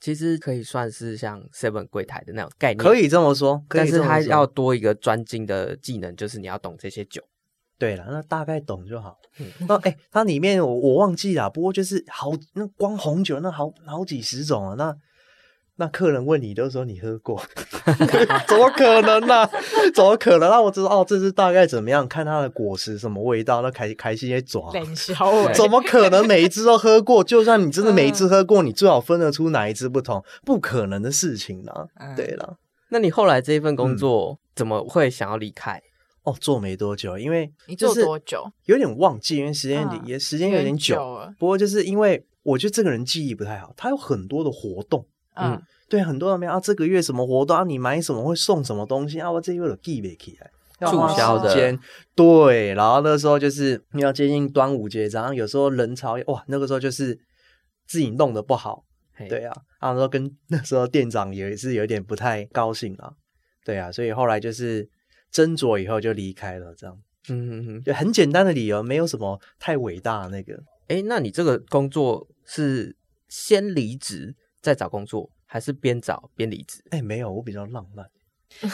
Speaker 3: 其实可以算是像 Seven 柜台的那种概念，
Speaker 4: 可以这么说，可
Speaker 3: 但
Speaker 4: 以这
Speaker 3: 是
Speaker 4: 么
Speaker 3: 它
Speaker 4: 说
Speaker 3: 要多一个专精的技能，就是你要懂这些酒。
Speaker 4: 对了，那大概懂就好。那哎、它里面我我忘记了，不过就是好，那光红酒那好好几十种啊。那那客人问你都说你喝过，怎么可能呢、怎么可能、那我知道哦，这是大概怎么样，看它的果实什么味道，那开开心也抓。
Speaker 1: 冷笑 伟，
Speaker 4: 怎么可能每一只都喝过？就算你真的每一只喝过，你最好分得出哪一只不同，不可能的事情呢、
Speaker 1: 嗯
Speaker 4: 对了，
Speaker 3: 那你后来这一份工
Speaker 4: 嗯
Speaker 3: 作怎么会想要离开？
Speaker 4: 哦，做没多久，因为
Speaker 1: 你
Speaker 4: 就
Speaker 1: 做
Speaker 4: 是
Speaker 1: 多久？
Speaker 4: 有点忘记，因为时间
Speaker 1: 嗯
Speaker 4: 也、时间有点久，
Speaker 1: 了，
Speaker 4: 不过就是因为我觉得这个人记忆不太好，他有很多的活动，
Speaker 1: 嗯，
Speaker 4: 对很多人没有啊，这个月什么活动啊，你买什么会送什么东西啊，我这个月有记不起来。要花
Speaker 1: 促销的
Speaker 4: 时间，对，然后那时候就是要接近端午节，然后有时候人潮哇，那个时候就是自己弄得不好，
Speaker 3: 嘿
Speaker 4: 对，啊，啊，那时候跟 那时候店长也是有点不太高兴啊，对啊，所以后来就是斟酌以后就离开了，这样
Speaker 3: 嗯嗯嗯。
Speaker 4: 就很简单的理由，没有什么太伟大的那个，
Speaker 3: 哎，那你这个工作是先离职再找工作，还是边找边离职？
Speaker 4: 哎，没有，我比较浪漫。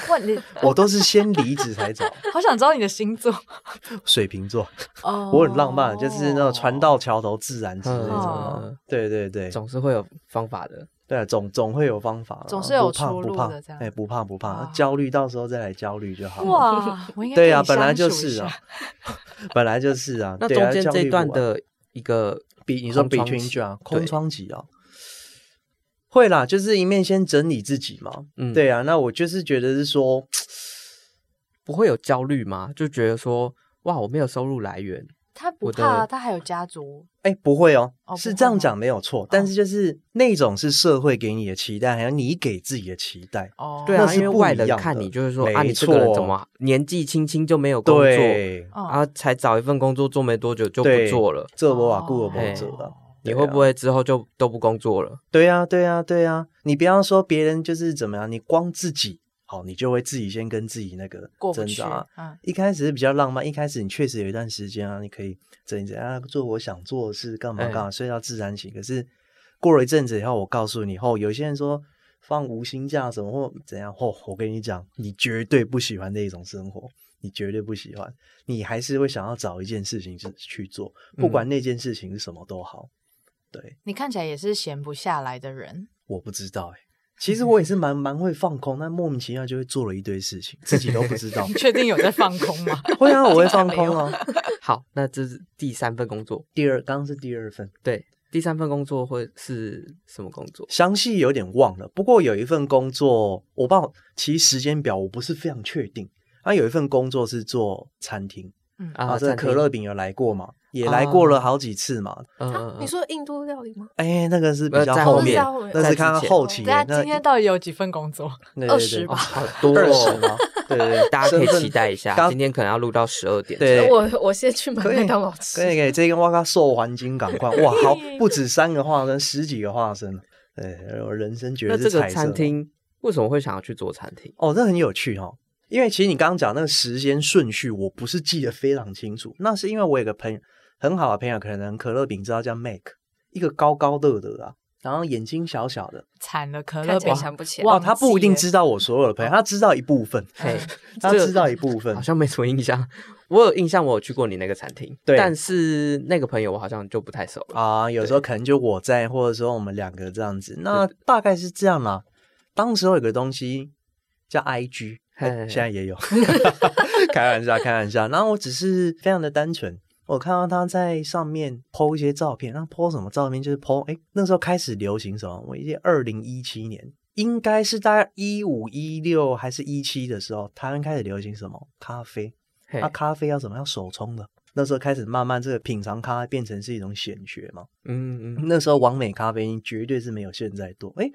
Speaker 1: 问你，
Speaker 4: 我都是先离职才找
Speaker 1: 好想知道你的星座
Speaker 4: 水瓶座，
Speaker 1: 哦
Speaker 4: 我很浪漫，就是那种船到桥头自然直那
Speaker 1: 哦
Speaker 4: 种。对对对，
Speaker 3: 总是会有方法的。
Speaker 4: 对啊总总会有方法啦，
Speaker 1: 总是有
Speaker 4: 不怕
Speaker 1: 出路
Speaker 4: 不怕
Speaker 1: 的这样
Speaker 4: 哎，不怕不怕
Speaker 1: 哇，
Speaker 4: 焦虑到时候再来焦虑就好。，
Speaker 1: 哇，我应该
Speaker 4: 对
Speaker 1: 呀
Speaker 4: 啊，，本来就是啊， 本来就是 啊。
Speaker 3: 那
Speaker 4: 对啊
Speaker 3: 中间
Speaker 4: 焦
Speaker 3: 这
Speaker 4: 虑
Speaker 3: 一段
Speaker 4: 不完
Speaker 3: 的一个
Speaker 4: 比你说
Speaker 3: 空
Speaker 4: 比
Speaker 3: 窗
Speaker 4: 群
Speaker 3: 期
Speaker 4: 剧啊，
Speaker 3: 对
Speaker 4: 空窗期啊，会啦，就是一面先整理自己嘛。
Speaker 3: 嗯
Speaker 4: 对啊，那我就是觉得是说，
Speaker 3: 不会有焦虑吗？就觉得说，哇，我没有收入来源，
Speaker 1: 他不
Speaker 3: 我的
Speaker 1: 怕，他还有家族，
Speaker 4: 哎，不会哦，
Speaker 1: 哦
Speaker 4: 是
Speaker 1: 不会
Speaker 4: 这样
Speaker 1: 吗哦
Speaker 4: 讲没有错，但是就是那种是社会给你的期待，还有你给自己的期待。
Speaker 1: 哦，
Speaker 3: 对
Speaker 4: 那
Speaker 3: 啊，
Speaker 4: 是
Speaker 3: 因为
Speaker 4: 不
Speaker 3: 外
Speaker 4: 一
Speaker 3: 人
Speaker 4: 样
Speaker 3: 看
Speaker 4: 的
Speaker 3: 你就是说
Speaker 4: 没
Speaker 3: 啊，你这个人
Speaker 4: 错
Speaker 3: 怎么年纪轻轻就没有工作，
Speaker 4: 对，
Speaker 1: 哦
Speaker 3: 啊，才找一份工作做没多久就不
Speaker 4: 对
Speaker 3: 做了，
Speaker 4: 这我瓦顾我
Speaker 1: 哦
Speaker 3: 嘿
Speaker 4: 不做了。
Speaker 3: 你
Speaker 4: 对
Speaker 3: 会
Speaker 4: 啊
Speaker 3: 不会之后就都不工作了？
Speaker 4: 对呀、对呀、对呀、你不要说别人就是怎么样，你光自己好，你就会自己先跟自己那个
Speaker 1: 过不
Speaker 4: 挣
Speaker 1: 去
Speaker 4: 扎。，
Speaker 1: 嗯，
Speaker 4: 一开始是比较浪漫，一开始你确实有一段时间啊，你可以整整啊做我想做的事，干嘛
Speaker 3: 哎
Speaker 4: 干嘛，睡到自然醒。可是过了一阵子以后，我告诉你后，有些人说放无薪假什么或怎样，嚯、我跟你讲，你绝对不喜欢那一种生活，你绝对不喜欢，你还是会想要找一件事情去去做，不管那件事情是什么都好。对，
Speaker 1: 你看起来也是闲不下来的人，
Speaker 4: 我不知道哎、其实我也是蛮蛮会放空，但莫名其妙就会做了一堆事情，自己都不 知道
Speaker 1: 你。确定有在放空 吗？
Speaker 4: 会啊，我会放空啊。
Speaker 3: 好，那这是第三份工作，
Speaker 4: 第二，刚刚是第二份，
Speaker 3: 对，第三份工作会是什么工作？
Speaker 4: 详细有点忘了。不过有一份工作，我报其实时间表我不是非常确定。啊，有一份工作是做餐厅
Speaker 1: 嗯
Speaker 3: 啊
Speaker 4: 这个
Speaker 3: 餐厅哦
Speaker 4: 可乐饼有来过嘛？也来过了好几次嘛。
Speaker 3: 嗯嗯
Speaker 2: 啊
Speaker 3: 嗯，
Speaker 2: 你说印度料理吗？
Speaker 4: 哎，那个是比
Speaker 3: 呃
Speaker 4: 较
Speaker 3: 在
Speaker 4: 后
Speaker 3: 后面
Speaker 4: 面
Speaker 2: 在后面，
Speaker 4: 那是
Speaker 3: 在
Speaker 4: 看
Speaker 3: 之
Speaker 4: 看
Speaker 3: 前
Speaker 4: 后期的。
Speaker 1: 大家
Speaker 4: 那
Speaker 1: 哦啊今天到底有几份工作？
Speaker 4: 对对对
Speaker 2: 20吧
Speaker 3: 哦好多
Speaker 4: 二十
Speaker 3: 哦，
Speaker 4: 吗？对对对，
Speaker 3: 大家可以
Speaker 4: 身份
Speaker 3: 期待一下，
Speaker 4: 刚
Speaker 3: 今天可能要录到十二点。
Speaker 4: 对
Speaker 2: 我我先去买
Speaker 4: 可以
Speaker 2: 麦当劳吃
Speaker 4: 可。以可以，这个哇嘎瘦环金港冠，哇，好不止三个化身，十几个化身。对，我人生觉
Speaker 3: 那
Speaker 4: 得
Speaker 3: 这
Speaker 4: 是
Speaker 3: 个
Speaker 4: 彩色啊
Speaker 3: 餐
Speaker 4: 的
Speaker 3: 厅为什么会想要去做餐 厅？
Speaker 4: 哦，那很有趣哦。因为其实你刚刚讲那个时间顺序，我不是记得非常清楚，那是因为我有个朋友很好的朋友，可能可乐饼知道叫 Make，一个高高的的啊，然后眼睛小小的，
Speaker 1: 惨了，可乐
Speaker 2: 看起来
Speaker 1: 饼
Speaker 2: 想不起来。
Speaker 4: 哇，
Speaker 1: 忘记
Speaker 4: 他不一定
Speaker 1: 耶
Speaker 4: 知道我所有的朋友，他知道一 部分，
Speaker 3: 嘿，
Speaker 4: 他
Speaker 3: 这个
Speaker 4: 知道一部分
Speaker 3: 好，像没什么印象。我有印象，我有去过你那个餐厅，
Speaker 4: 对
Speaker 3: 但是那个朋友我好像就不太熟了。
Speaker 4: 啊，有时候可能就我在，或者说我们两个这样子，那大概是这样啦、当时候有个东西叫 IG，
Speaker 3: 嘿
Speaker 4: 哎
Speaker 3: 嘿嘿
Speaker 4: 现在也有， 开玩笑，开玩笑。然后我只是非常的单纯，我看到他在上面 PO 一些照片，那 PO 什么照片就是 PO，哎，那时候开始流行什么？我一些二零一七年。应该是大概一五一六还是一七的时候，台湾开始流行什么咖啡，
Speaker 3: 嘿
Speaker 4: 那、，咖啡要怎么样手冲的？那时候开始慢慢这个品尝咖啡变成是一种显学嘛。
Speaker 3: 嗯嗯，
Speaker 4: 那时候王美咖啡因绝对是没有现在多。诶，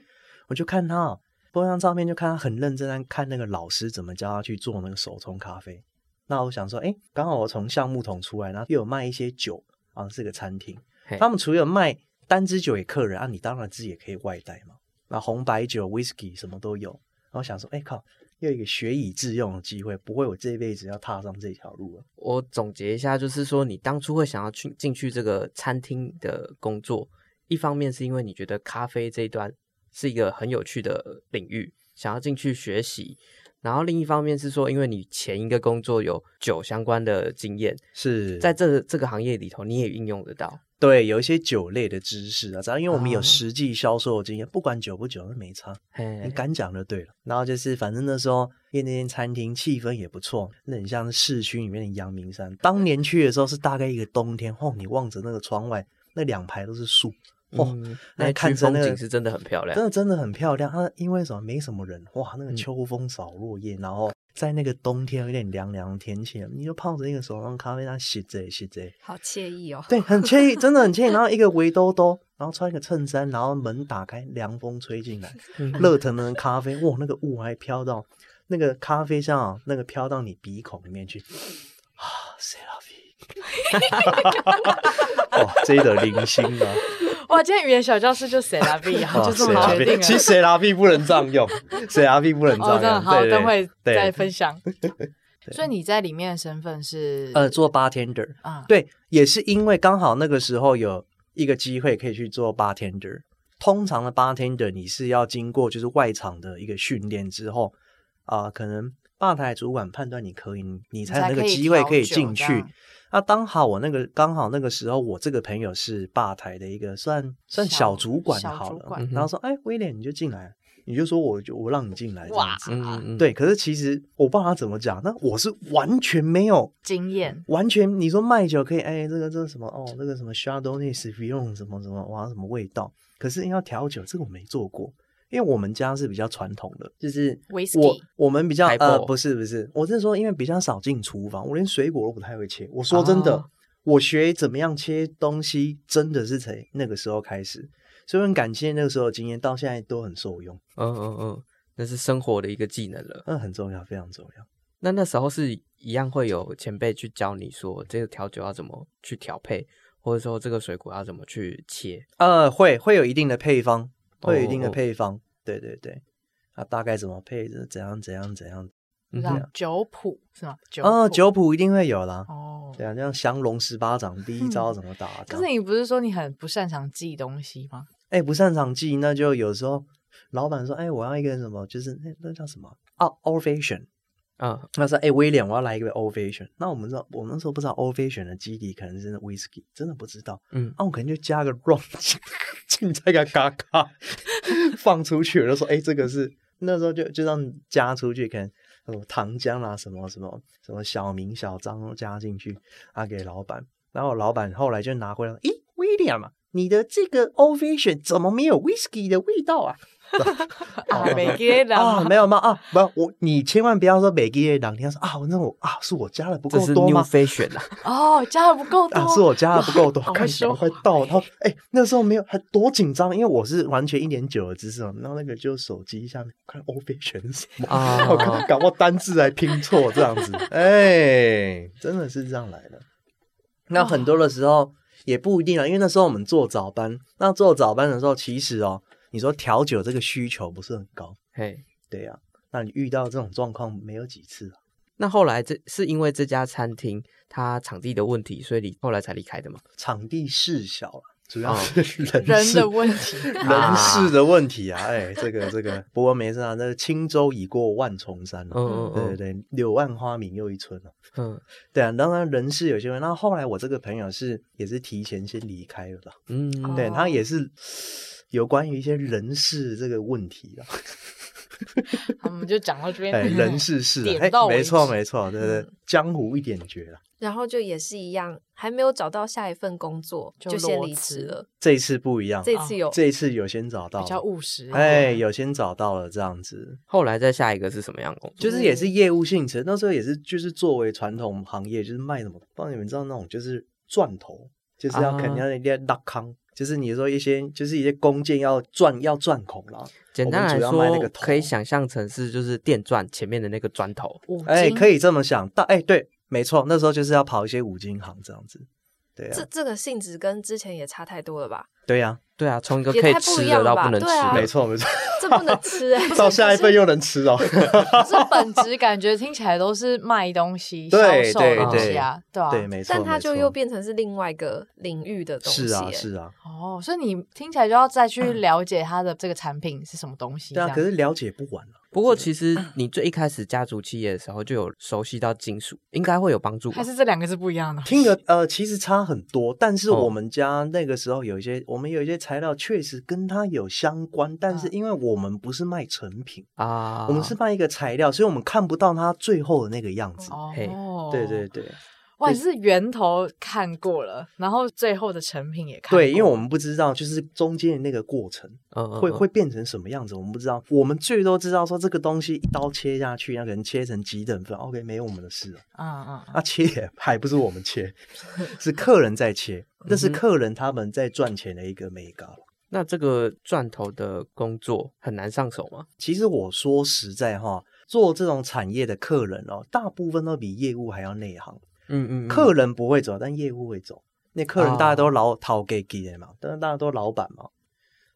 Speaker 4: 我就看他哦播张照片，就看他很认真在看那个老师怎么教他去做那个手冲咖啡。那我想说，诶，刚好我从橡木桶出来，然后又有卖一些酒啊，是个餐厅
Speaker 3: 嘿。
Speaker 4: 他们除了卖单支酒给客人啊，你当然自己也可以外带嘛。那红白酒、whisky 什么都有。然后想说，诶，靠，又有一个学以致用的机会，不会我这辈子要踏上这条路了。
Speaker 3: 我总结一下，就是说你当初会想要去进去这个餐厅的工作，一方面是因为你觉得咖啡这一端是一个很有趣的领域，想要进去学习。然后另一方面是说，因为你前一个工作有酒相关的经验，
Speaker 4: 是
Speaker 3: 在这这个行业里头，你也应用得到。
Speaker 4: 对有一些酒类的知识啊，只要因为我们有
Speaker 3: 哦
Speaker 4: 实际销售的经验，不管久不久那没差。
Speaker 3: 嘿
Speaker 4: 你，敢讲就对了。然后就是，反正那时候因为那间餐厅气氛也不错，那很像市区里面的阳明山。当年去的时候是大概一个冬天，哦，你望着那个窗外，那两排都是树，哦，
Speaker 3: 嗯
Speaker 4: 那
Speaker 3: 那
Speaker 4: 看
Speaker 3: 看
Speaker 4: 着
Speaker 3: 风
Speaker 4: 那个
Speaker 3: 景是真的很漂亮嗯
Speaker 4: 真。的真的很漂亮。它因为什么没什么人，哇，那个秋风扫落叶，然后在那个冬天有点凉凉的天气，你就泡着一个手上咖啡，那洗着洗着，
Speaker 2: 好惬 意哦。
Speaker 4: 对，很惬意，真的很惬意。然后一个围兜兜，然后穿一个衬衫，然后门打开，凉风吹 进来，
Speaker 3: 嗯
Speaker 4: 热腾腾的咖啡，哇，那个雾还飘到那个咖啡香啊，那个飘到你鼻孔里面去，啊，say love you，哇，这一的零星啊，
Speaker 1: 哇，今天语言小教室就谁拉比
Speaker 4: 哦
Speaker 1: 啊， 就这么决定了。
Speaker 4: 其实 say love you 不能这样用，say love you 不能这
Speaker 1: 哦，
Speaker 4: 样
Speaker 1: 真的
Speaker 4: 用，
Speaker 1: 好，
Speaker 4: 对
Speaker 1: 等
Speaker 4: 对
Speaker 1: 会
Speaker 4: 对
Speaker 1: 再分 享。所以你在里面的身份是
Speaker 4: 呃，做 bartender，
Speaker 1: 啊，
Speaker 4: 对，也是因为刚好那个时候有一个机会可以去做 bartender。通常的 bartender 你是要经过就是外场的一个训练之后，啊、可能吧台主管判断你可以，你你才有那个机会可以进
Speaker 1: 你才可以调
Speaker 4: 去
Speaker 1: 酒。
Speaker 4: 那刚好我那个刚好那个时候，我这个朋友是吧台的一个算算
Speaker 1: 小
Speaker 4: 小主管
Speaker 1: 小
Speaker 4: 好
Speaker 1: 主
Speaker 4: 了，
Speaker 1: 管
Speaker 4: 然后说，哎，威廉你就进来，你就说我就我让你进来这样
Speaker 1: 哇
Speaker 4: 子。
Speaker 3: 嗯嗯嗯，
Speaker 4: 对，可是其实我不知道他怎么讲，那我是完全没有
Speaker 1: 经验
Speaker 4: 完全你说卖酒可以，哎，这个这个什么哦，那个什么 Chardonnay s v i o n 什么什么，哇，什么味道？可是要调酒，这个我没做过，因为我们家是比较传统的，就是我
Speaker 1: Whisky
Speaker 4: 我们比较
Speaker 3: 台
Speaker 4: 呃，
Speaker 3: 薄
Speaker 4: 不是不是，我是说因为比较少进厨房，我连水果都不太会切。我说真的，
Speaker 3: 哦
Speaker 4: 我学怎么样切东西，真的是从那个时候开始，所以我很感谢那个时候的经验，到现在都很受用，
Speaker 3: 嗯嗯嗯，那是生活的一个技能了。
Speaker 4: 那很重要，非常重要。
Speaker 3: 那那时候是一样会有前辈去教你说这个调酒要怎么去调配，或者说这个水果要怎么去切。
Speaker 4: 呃，会会有一定的配方，会有一
Speaker 3: 哦
Speaker 4: 定的
Speaker 3: 哦
Speaker 4: 配方，对对对，啊，大概怎么配，怎样怎样怎样，
Speaker 3: 嗯
Speaker 1: 让
Speaker 3: 哼，
Speaker 1: 酒谱是吗？酒
Speaker 4: 哦，
Speaker 1: 谱
Speaker 4: 酒谱一定会有啦，
Speaker 1: 哦。嗯
Speaker 4: 对啊，像降龙十八掌第一招怎么打，这
Speaker 1: 可是
Speaker 4: 样，
Speaker 1: 你不是说你很不擅长记东西吗？
Speaker 4: 哎，不擅长记，那就有时候老板说，哎，我要一个什么，就是那那叫什么啊，ovation，
Speaker 3: 嗯
Speaker 4: 他说，哎，威廉，我要来一个 ovation，那我们知道，我们那时候不知道 ovation 的基底可能是那 whisky，真的不知道，
Speaker 3: 嗯，
Speaker 4: 啊，我可能就加个 rum 进进这个嘎嘎放出去，我就说，哎、这个是那时候就就让加出去，可能什么糖浆啦、什么什么什么小明小张都加进去，啊，给老板，然后老板后来就拿回来，咦，William 啊，你的这个 ovation 怎么没有 whisky 的味道啊？
Speaker 1: 啊，没给 的
Speaker 4: 啊，没
Speaker 1: 有
Speaker 4: 有吗？啊，不，我你千万不要说美基的党，你要说啊，那我啊是我加的不
Speaker 3: 这
Speaker 4: 够
Speaker 3: 是
Speaker 4: 多
Speaker 3: new
Speaker 4: 吗？
Speaker 3: fashion 啊，
Speaker 1: 哦，加的不够多
Speaker 4: 啊，是我加的不够多，
Speaker 1: 好会啊
Speaker 4: 看起来
Speaker 1: 说
Speaker 4: 快
Speaker 1: 话
Speaker 4: 到了。然后，哎、那时候没有，还多紧张，因为我是完全一点酒的知识嘛。然后那个就手机下面看欧菲选 什么，
Speaker 3: 啊
Speaker 4: 我搞搞不好单字还拼错这样子，哎、真的是这样来的。那很多的时候也不一定啊，因为那时候我们做早班，那做早班的时候，其实哦，你说调酒这个需求不是很高，
Speaker 3: 嘿。
Speaker 4: 对呀、那你遇到这种状况没有几次啊？
Speaker 3: 那后来这是因为这家餐厅它场地的问题，所以你后来才离开的嘛？
Speaker 4: 场地事小啊，主要
Speaker 3: 哦
Speaker 4: 是人
Speaker 1: 人
Speaker 4: 事
Speaker 1: 的问题。
Speaker 4: 人事的问题啊，哎，这个这个，不过没事啊，那轻舟已过万重山了、
Speaker 3: 嗯
Speaker 4: 对对
Speaker 3: 嗯嗯
Speaker 4: 对，柳暗花明又一村了、
Speaker 3: 嗯
Speaker 4: 对啊，当然人事有些问题。那后来我这个朋友是也是提前先离开了啦，
Speaker 3: 嗯，
Speaker 4: 对
Speaker 2: 哦
Speaker 4: 他也是有关于一些人事这个问题啦，
Speaker 1: 我们就讲到这边
Speaker 4: 哎，，人事事啊，哎
Speaker 1: 点到，为
Speaker 4: 没错
Speaker 1: 止嗯
Speaker 4: 没错，对对，江湖一点绝啊了。
Speaker 2: 然后就也是一样，还没有找到下一份工作，
Speaker 1: 就
Speaker 2: 就先
Speaker 1: 裸
Speaker 2: 离
Speaker 1: 辞
Speaker 2: 职了。
Speaker 4: 这一次不一样，
Speaker 2: 这次有
Speaker 4: 啊这一次有先找到
Speaker 1: 比较
Speaker 4: 了，
Speaker 1: 务实。
Speaker 4: 哎，，有先找到了这样子，
Speaker 3: 后来再下一个是什么样的工作？
Speaker 4: 就是也是业务性质，那时候也是就是作为传统行业，就是卖什么，不然你们知道那种就是钻头，就是要
Speaker 3: 啊
Speaker 4: 肯定要一些拉康，就是你说一些就是一些弓箭要钻要钻孔啦，
Speaker 3: 简单
Speaker 4: 我们
Speaker 3: 来
Speaker 4: 主要卖那
Speaker 3: 说
Speaker 4: 个，头
Speaker 3: 可以想象成是就是电钻前面的那个砖头。
Speaker 1: 五
Speaker 4: 哎、
Speaker 1: 金
Speaker 4: 可以这么想，但哎、对，没错，那时候就是要跑一些五金行这样子，对呀、啊
Speaker 2: 这这个性质跟之前也差太多了吧？
Speaker 4: 对呀、
Speaker 3: 对啊，从一个
Speaker 2: 也
Speaker 3: 可以
Speaker 2: 太不
Speaker 3: 吃
Speaker 2: 一
Speaker 3: 的
Speaker 2: 样了
Speaker 3: 到不
Speaker 2: 吧
Speaker 3: 能吃
Speaker 2: 对啊
Speaker 3: 的
Speaker 4: 没，错没错，
Speaker 2: 这不 能吃 哎、
Speaker 4: 到下一份又能吃哦。
Speaker 1: 可是本质感觉听起来都是卖东西、销
Speaker 4: 对
Speaker 1: 售的东
Speaker 3: 对
Speaker 1: 西啊，对啊，
Speaker 4: 对，没错，
Speaker 2: 但它就
Speaker 4: 没错
Speaker 2: 又变成是另外一个领域的东西、
Speaker 4: 是啊
Speaker 2: 欸
Speaker 4: 是啊，
Speaker 1: 哦，所以你听起来就要再去了解它的这个产品是什么东西。
Speaker 4: 嗯对
Speaker 1: 这
Speaker 4: 啊，
Speaker 1: 样
Speaker 4: 可是了解不完啊。
Speaker 3: 不过其实你最一开始家族企业的时候就有熟悉到金属，应该会有帮助吧
Speaker 1: 还。是这两个是不一样的。
Speaker 4: 听的呃，其实差很多，但是
Speaker 3: 哦
Speaker 4: 我们家那个时候有一些，我们有一些材料确实跟它有相关，但是
Speaker 1: 嗯
Speaker 4: 因为我们不是卖成品，
Speaker 3: 啊，
Speaker 4: 我们是卖一个材料，所以我们看不到它最后的那个样子。
Speaker 1: 哦
Speaker 3: 嘿，
Speaker 4: 对对，对
Speaker 1: 哇，你是源头看过了，然后最后的成品也看过了，
Speaker 4: 对，因为我们不知道，就是中间的那个过程
Speaker 3: 嗯嗯
Speaker 4: 会
Speaker 3: 嗯
Speaker 4: 会变成什么样子，我们不知道。我们最多知道说这个东西一刀切下去，那可能切成几等份，OK，没有我们的事了。
Speaker 1: 嗯嗯嗯
Speaker 4: 啊，切也还不是我们切，是客人在切，那是
Speaker 3: 嗯哼
Speaker 4: 客人他们在赚钱的一个美高。
Speaker 3: 那这个钻头的工作很难上手吗？
Speaker 4: 其实我说实在哈，做这种产业的客人哦，大部分都比业务还要内行。
Speaker 3: 嗯嗯，嗯
Speaker 4: 客人不会走，但业务会走。那客人大家都老讨给给的嘛，但是大家都老板嘛。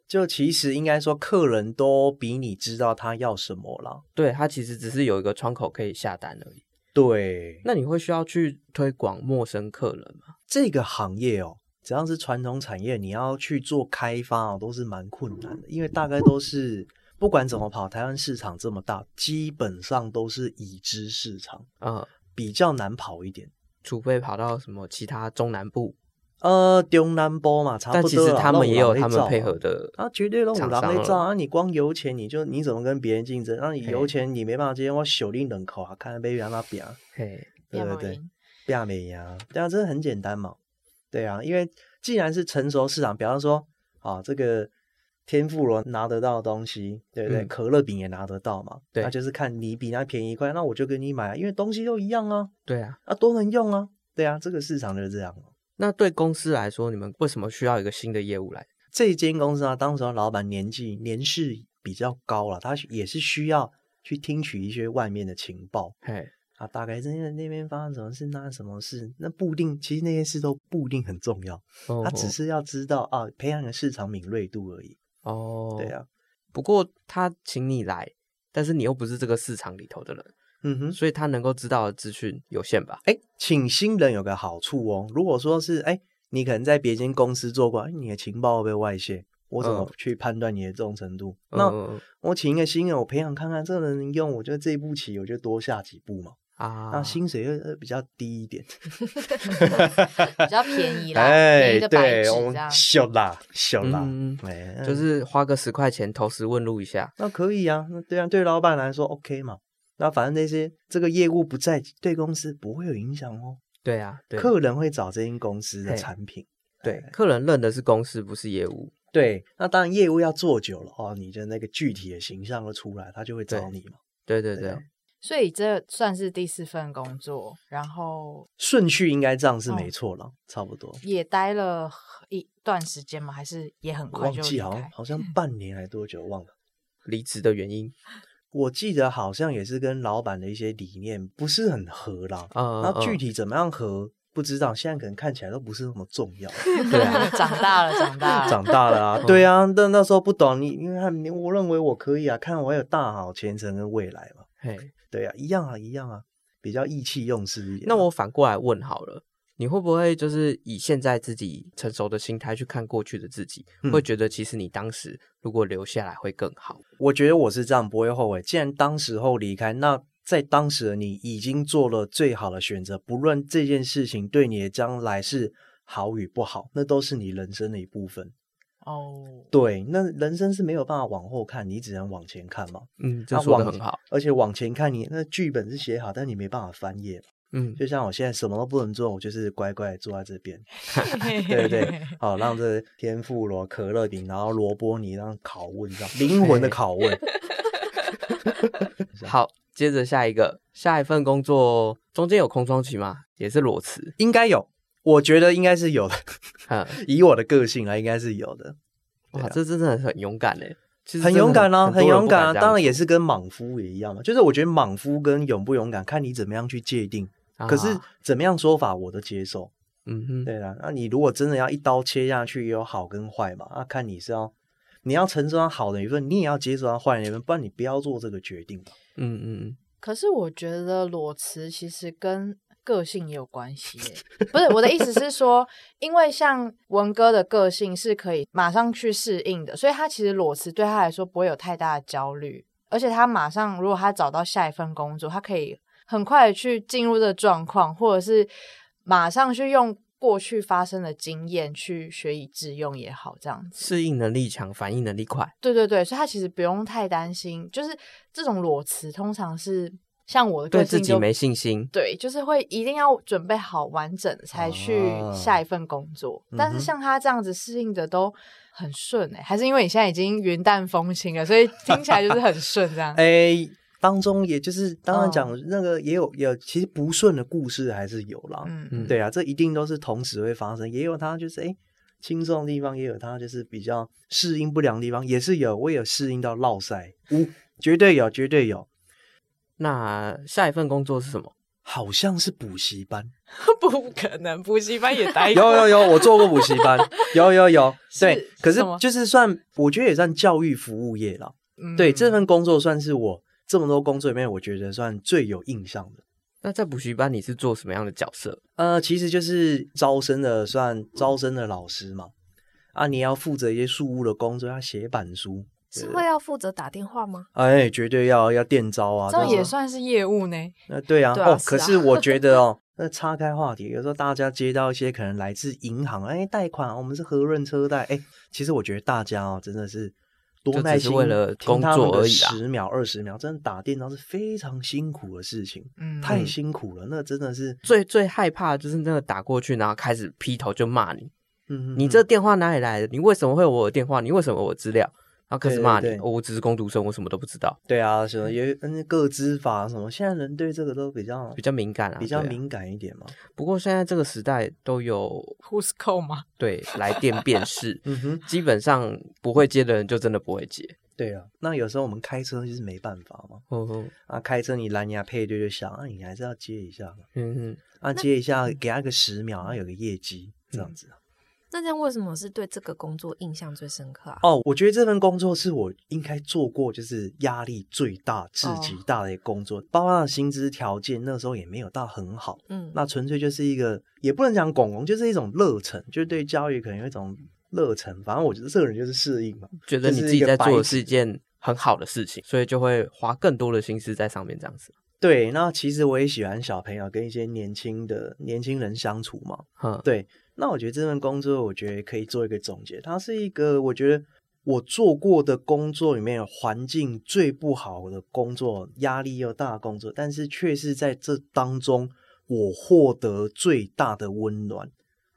Speaker 4: 就其实应该说，客人都比你知道他要什么啦。
Speaker 3: 对他其实只是有一个窗口可以下单而已。
Speaker 4: 对，那
Speaker 3: 那你会需要去推广陌生客人吗？
Speaker 4: 这个行业哦，只要是传统产业，你要去做开发哦，都是蛮困难的，因为大概都是不管怎么跑，台湾市场这么大，基本上都是已知市场，
Speaker 3: 嗯，
Speaker 4: 比较难跑一点。
Speaker 3: 除非跑到什么其他中南部，
Speaker 4: 呃，中南波嘛，差不多
Speaker 3: 但
Speaker 4: 啦。
Speaker 3: 其实他们也有他
Speaker 4: 弄
Speaker 3: 们
Speaker 4: 有
Speaker 3: 配
Speaker 4: 人在
Speaker 3: 合
Speaker 4: 造
Speaker 3: 的
Speaker 4: 啊，绝对弄五
Speaker 3: 厂
Speaker 4: 郎
Speaker 3: 商
Speaker 4: 没照
Speaker 3: 了
Speaker 4: 啊！你光油钱，你就你怎么跟别人竞争？那、你油
Speaker 3: 嘿
Speaker 4: 钱你没办法接，我手拎冷口啊，看被人家扁，
Speaker 3: 嘿，
Speaker 4: 对
Speaker 1: 亚
Speaker 4: 对
Speaker 1: 毛
Speaker 4: 对，
Speaker 1: 银
Speaker 4: 扁没呀？对啊，这很简单嘛。对啊，因为既然是成熟市场，比方说啊，这个天妇罗拿得到的东西，对不对？
Speaker 3: 嗯
Speaker 4: 可乐饼也拿得到嘛，
Speaker 3: 对
Speaker 4: 那就是看你比他便宜一块，那我就跟你买啊，因为东西都一样啊，
Speaker 3: 对啊。
Speaker 4: 啊都能用啊，对啊，这个市场就是这样。
Speaker 3: 那对公司来说，你们为什么需要一个新的业务来？
Speaker 4: 这间公司啊，当时的老板年纪年事比较高了，他也是需要去听取一些外面的情报
Speaker 3: 嘿，
Speaker 4: 啊，大概在那边发生什么事，那什么事，那不一定，其实那些事都不一定很重要，
Speaker 3: 哦
Speaker 4: 他只是要知道啊，培养你的市场敏锐度而已。
Speaker 3: 哦，
Speaker 4: 对。啊，
Speaker 3: 不过他请你来，但是你又不是这个市场里头的人，
Speaker 4: 嗯哼，
Speaker 3: 所以他能够知道的资讯有限吧？
Speaker 4: 哎，请新人有个好处哦，如果说是哎，你可能在别间公司做过，哎你的情报会被外泄，我怎么
Speaker 3: 嗯
Speaker 4: 去判断你的忠诚度？那
Speaker 3: 嗯
Speaker 4: 我请一个新人，我培养看看这个人能用，我觉得这一步棋我就多下几步嘛。
Speaker 3: 啊，
Speaker 4: 那薪水又呃比较低一点， 哎
Speaker 1: 比较便宜啦，便宜的白纸这样。
Speaker 4: 小啦小啦
Speaker 3: 嗯，
Speaker 4: 哎、
Speaker 3: 就是花个十块钱投石问路一下。
Speaker 4: 那可以啊，那对啊，对老板来说 OK 嘛。那反正那些这个业务不在，对公司不会有影响哦。
Speaker 3: 对啊，对
Speaker 4: 客人会找这间公司的
Speaker 3: 嘿
Speaker 4: 产品，
Speaker 3: 对
Speaker 4: 哎
Speaker 3: 客人认的是公司，不是业务。
Speaker 4: 对。那当然业务要做久了哦，你的那个具体的形象都出来，他就会找
Speaker 3: 对
Speaker 4: 你嘛。
Speaker 3: 对对
Speaker 4: 对
Speaker 3: 对
Speaker 4: 啊，
Speaker 1: 所以这算是第四份工作，然后
Speaker 4: 顺序应该这样是
Speaker 1: 哦
Speaker 4: 没错了，差不多。
Speaker 1: 也待了一段时间吗？还是也很
Speaker 4: 我
Speaker 1: 快
Speaker 4: 忘
Speaker 1: 就离
Speaker 4: 记好像
Speaker 1: 开？
Speaker 4: 好像半年还多久忘了。
Speaker 3: 离职的原因。
Speaker 4: 我记得好像也是跟老板的一些理念不是很合啦，
Speaker 3: 嗯
Speaker 4: 那具
Speaker 3: 嗯
Speaker 4: 体怎么样合不知道，现在可能看起来都不是那么重要。
Speaker 3: 对啊
Speaker 1: 长大了，长大了，
Speaker 4: 长大了啊，对啊，但那时候不懂你，因为他你我认为我可以啊，看我有大好前程跟未来嘛，
Speaker 3: 嘿，
Speaker 4: 对啊，一样啊，一样啊，比较意气用事一点啊。
Speaker 3: 那我反过来问好了，你会不会就是以现在自己成熟的心态去看过去的自己，
Speaker 4: 嗯
Speaker 3: 会觉得其实你当时如果留下来会更好？
Speaker 4: 我觉得我是这样，不会后悔。既然当时候离开，那在当时的你已经做了最好的选择，不论这件事情对你的将来是好与不好，那都是你人生的一部分。
Speaker 1: 哦，
Speaker 4: 对，那人生是没有办法往后看，你只能往前看嘛。
Speaker 3: 嗯，这
Speaker 4: 那
Speaker 3: 说的
Speaker 4: 往
Speaker 3: 很好。
Speaker 4: 而且往前看你，那剧本是写好，但你没办法翻页嘛。
Speaker 3: 嗯，
Speaker 4: 就像我现在什么都不能做，我就是乖乖地坐在这边，对不 对？好，让这天妇罗、可乐饼，然后萝卜泥，让拷问，这样灵魂的拷问。
Speaker 3: 好，接着下一个，下一份工作中间有空窗期吗？也是裸辞。
Speaker 4: 应该有，我觉得应该是有的。
Speaker 3: 嗯，
Speaker 4: 以我的个性来，啊应该是有的，
Speaker 3: 哇，这真的很勇敢嘞，其实
Speaker 4: 啊很
Speaker 3: 真的
Speaker 4: 勇敢啊，
Speaker 3: 很多
Speaker 4: 很
Speaker 3: 人
Speaker 4: 勇
Speaker 3: 不
Speaker 4: 敢啊。
Speaker 3: 这样
Speaker 4: 当然也
Speaker 3: 做
Speaker 4: 是跟莽夫也一样嘛，就是我觉得莽夫跟勇不勇敢，看你怎么样去界定。可是
Speaker 3: 啊
Speaker 4: 怎么样说法我都接受，
Speaker 3: 嗯哼，
Speaker 4: 对啦，那你如果真的要一刀切下去，也有好跟坏嘛。那看你是要你要承受它好的一份，你也要接受它坏的一份，不然你不要做这个决定嘛。
Speaker 3: 嗯嗯
Speaker 1: 可是我觉得裸辞其实跟个性也有关系耶，不是我的意思是说，因为像文哥的个性是可以马上去适应的，所以他其实裸辞对他来说不会有太大的焦虑，而且他马上如果他找到下一份工作，他可以很快的去进入这个状况，或者是马上去用过去发生的经验去学以致用也好，这样子。
Speaker 3: 适应能力强，反应能力快。
Speaker 1: 对对对，所以他其实不用太担心，就是这种裸辞通常是像我的个
Speaker 3: 对
Speaker 1: 性
Speaker 3: 自己
Speaker 1: 就
Speaker 3: 没信心
Speaker 1: 对，就是会一定要准备好完整才去
Speaker 4: 啊
Speaker 1: 下一份工作。但
Speaker 4: 嗯
Speaker 1: 是
Speaker 4: 哼
Speaker 1: 像他这样子适应的都很顺哎、还是因为你现在已经云淡风轻了，所以听起来就是很顺这 样。
Speaker 4: 哎，当中也就是当然
Speaker 1: 嗯
Speaker 4: 讲那个也有也有，其实不顺的故事还是有啦。
Speaker 1: 嗯
Speaker 3: 嗯
Speaker 4: 对啊，这一定都是同时会发生，也有他就是哎轻松的地方，也有他就是比较适应不良的地方，也是有，我也有适应到落塞，呜，绝对有，绝对有，
Speaker 3: 那下一份工作是什么？
Speaker 4: 好像是补习班，
Speaker 1: 不可能，补习班也待
Speaker 4: 有有有，我做过补习 班，有有有，对，可
Speaker 1: 哎是
Speaker 4: 是
Speaker 1: 什么
Speaker 4: 就是算，我觉得也算教育服务业啦。对，
Speaker 1: 嗯
Speaker 4: 这份工作算是我这么多工作里面，我觉得算最有印象的。
Speaker 3: 那在补习班你是做什么样的角色？
Speaker 4: 呃，其实就是招生的，算招生的老师嘛。啊，你要负责一些树屋的工作，要写板书，
Speaker 2: 是会要负责打电话吗？
Speaker 4: 哎，绝对要要电招啊，
Speaker 1: 这样
Speaker 4: 但是
Speaker 1: 也算是业务呢。
Speaker 4: 呃，对啊，
Speaker 2: 对啊
Speaker 4: 哦，
Speaker 2: 是
Speaker 4: 可
Speaker 2: 啊
Speaker 4: 是我觉 得哦，那岔开话题，有时候大家接到一些可能来自银行，哎，贷款，我们是和润车贷，哎，其实我觉得大家哦，真的是多
Speaker 3: 就只
Speaker 4: 耐
Speaker 3: 是
Speaker 4: 心，
Speaker 3: 为了工作而已啊啦
Speaker 4: 十秒二十秒，真的打电话是非常辛苦的事情，
Speaker 1: 嗯，
Speaker 4: 太辛苦了，那真的是，
Speaker 3: 最最害怕的就是那个打过去，然后开始劈头就骂你，
Speaker 4: 嗯，
Speaker 3: 你
Speaker 4: 嗯
Speaker 3: 这电话哪里来的？你为什么会有我的电话？你为什么有我的资料？然后开始骂你，
Speaker 4: 对对对
Speaker 3: 哦我只是工读生，我什么都不知道，
Speaker 4: 对啊，什么也嗯个资法什么，现在人对这个都比较
Speaker 3: 比较敏感啊，
Speaker 4: 比较
Speaker 3: 对啊
Speaker 4: 敏感一点嘛，
Speaker 3: 不过现在这个时代都有
Speaker 1: Who's call 吗？
Speaker 3: 对来电辨识
Speaker 4: ，嗯哼，
Speaker 3: 基本上不会接的人就真的不会接。
Speaker 4: 对啊，那有时候我们开车就是没办法嘛，
Speaker 3: 嗯
Speaker 4: 啊，开车你蓝牙配对就响，啊，你还是要接一下嘛。
Speaker 3: 嗯，
Speaker 4: 啊，接一下，给他个十秒，然后有个业绩这样子。
Speaker 2: 那这样为什么是对这个工作印象最深刻啊？
Speaker 4: 哦，我觉得这份工作是我应该做过就是压力最大、至极大的一个工作，包括他的薪资条件那时候也没有到很好，
Speaker 2: 嗯，
Speaker 4: 那纯粹就是一个也不能讲拱拱，就是一种热忱，就是对教育可能有一种热忱。反正我觉得这个人就是适应嘛。
Speaker 3: 觉得你
Speaker 4: 就是
Speaker 3: 自
Speaker 4: 一
Speaker 3: 己
Speaker 4: 个
Speaker 3: 在
Speaker 4: 白
Speaker 3: 做的
Speaker 4: 纸
Speaker 3: 是一件很好的事情，所以就会花更多的心思在上面，这样子。
Speaker 4: 对，那其实我也喜欢小朋友跟一些年轻的年轻人相处嘛。
Speaker 3: 嗯，
Speaker 4: 对，那我觉得这份工作，我觉得可以做一个总结，它是一个我觉得我做过的工作里面环境最不好的工作，压力又大的工作，但是却是在这当中我获得最大的温暖，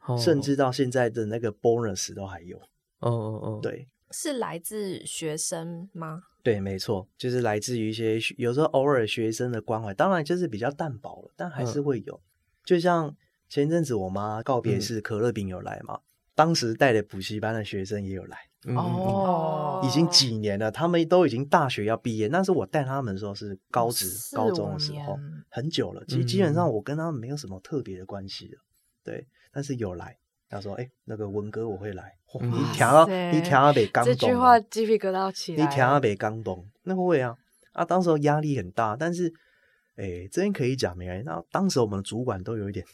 Speaker 3: 哦
Speaker 4: 甚至到现在的那个 bonus 都还有。
Speaker 3: 哦哦哦，
Speaker 4: 对。
Speaker 2: 是来自学生吗？
Speaker 4: 对，没错，就是来自于一些学有时候偶尔学生的关怀，当然就是比较淡薄了，但还是
Speaker 3: 嗯
Speaker 4: 会有。就像前阵子我妈告别
Speaker 3: 嗯
Speaker 4: 式，可乐饼有来嘛，当时带的补习班的学生也有来，
Speaker 3: 嗯，嗯嗯
Speaker 1: 哦，
Speaker 4: 已经几年了，他们都已经大学要毕业，但是我带他们的时候是高职、
Speaker 1: 哦四
Speaker 4: 高中
Speaker 1: 五
Speaker 4: 的时候，
Speaker 1: 年嗯
Speaker 4: 很久了，其实基本上我跟他们没有什么特别的关系了，对，但是有来。他说：“哎、那个文哥我会来，哦你
Speaker 3: 哇
Speaker 4: 调到
Speaker 1: 塞
Speaker 4: 你调到北刚哦
Speaker 1: 这
Speaker 4: 懂。”啊
Speaker 1: 句话鸡皮疙瘩起来
Speaker 4: 你
Speaker 1: 了。
Speaker 4: 听啊阿北刚懂，那会啊啊，当时候压力很大，但是诶，这边可以讲没关系。那当时我们的主管都有一点，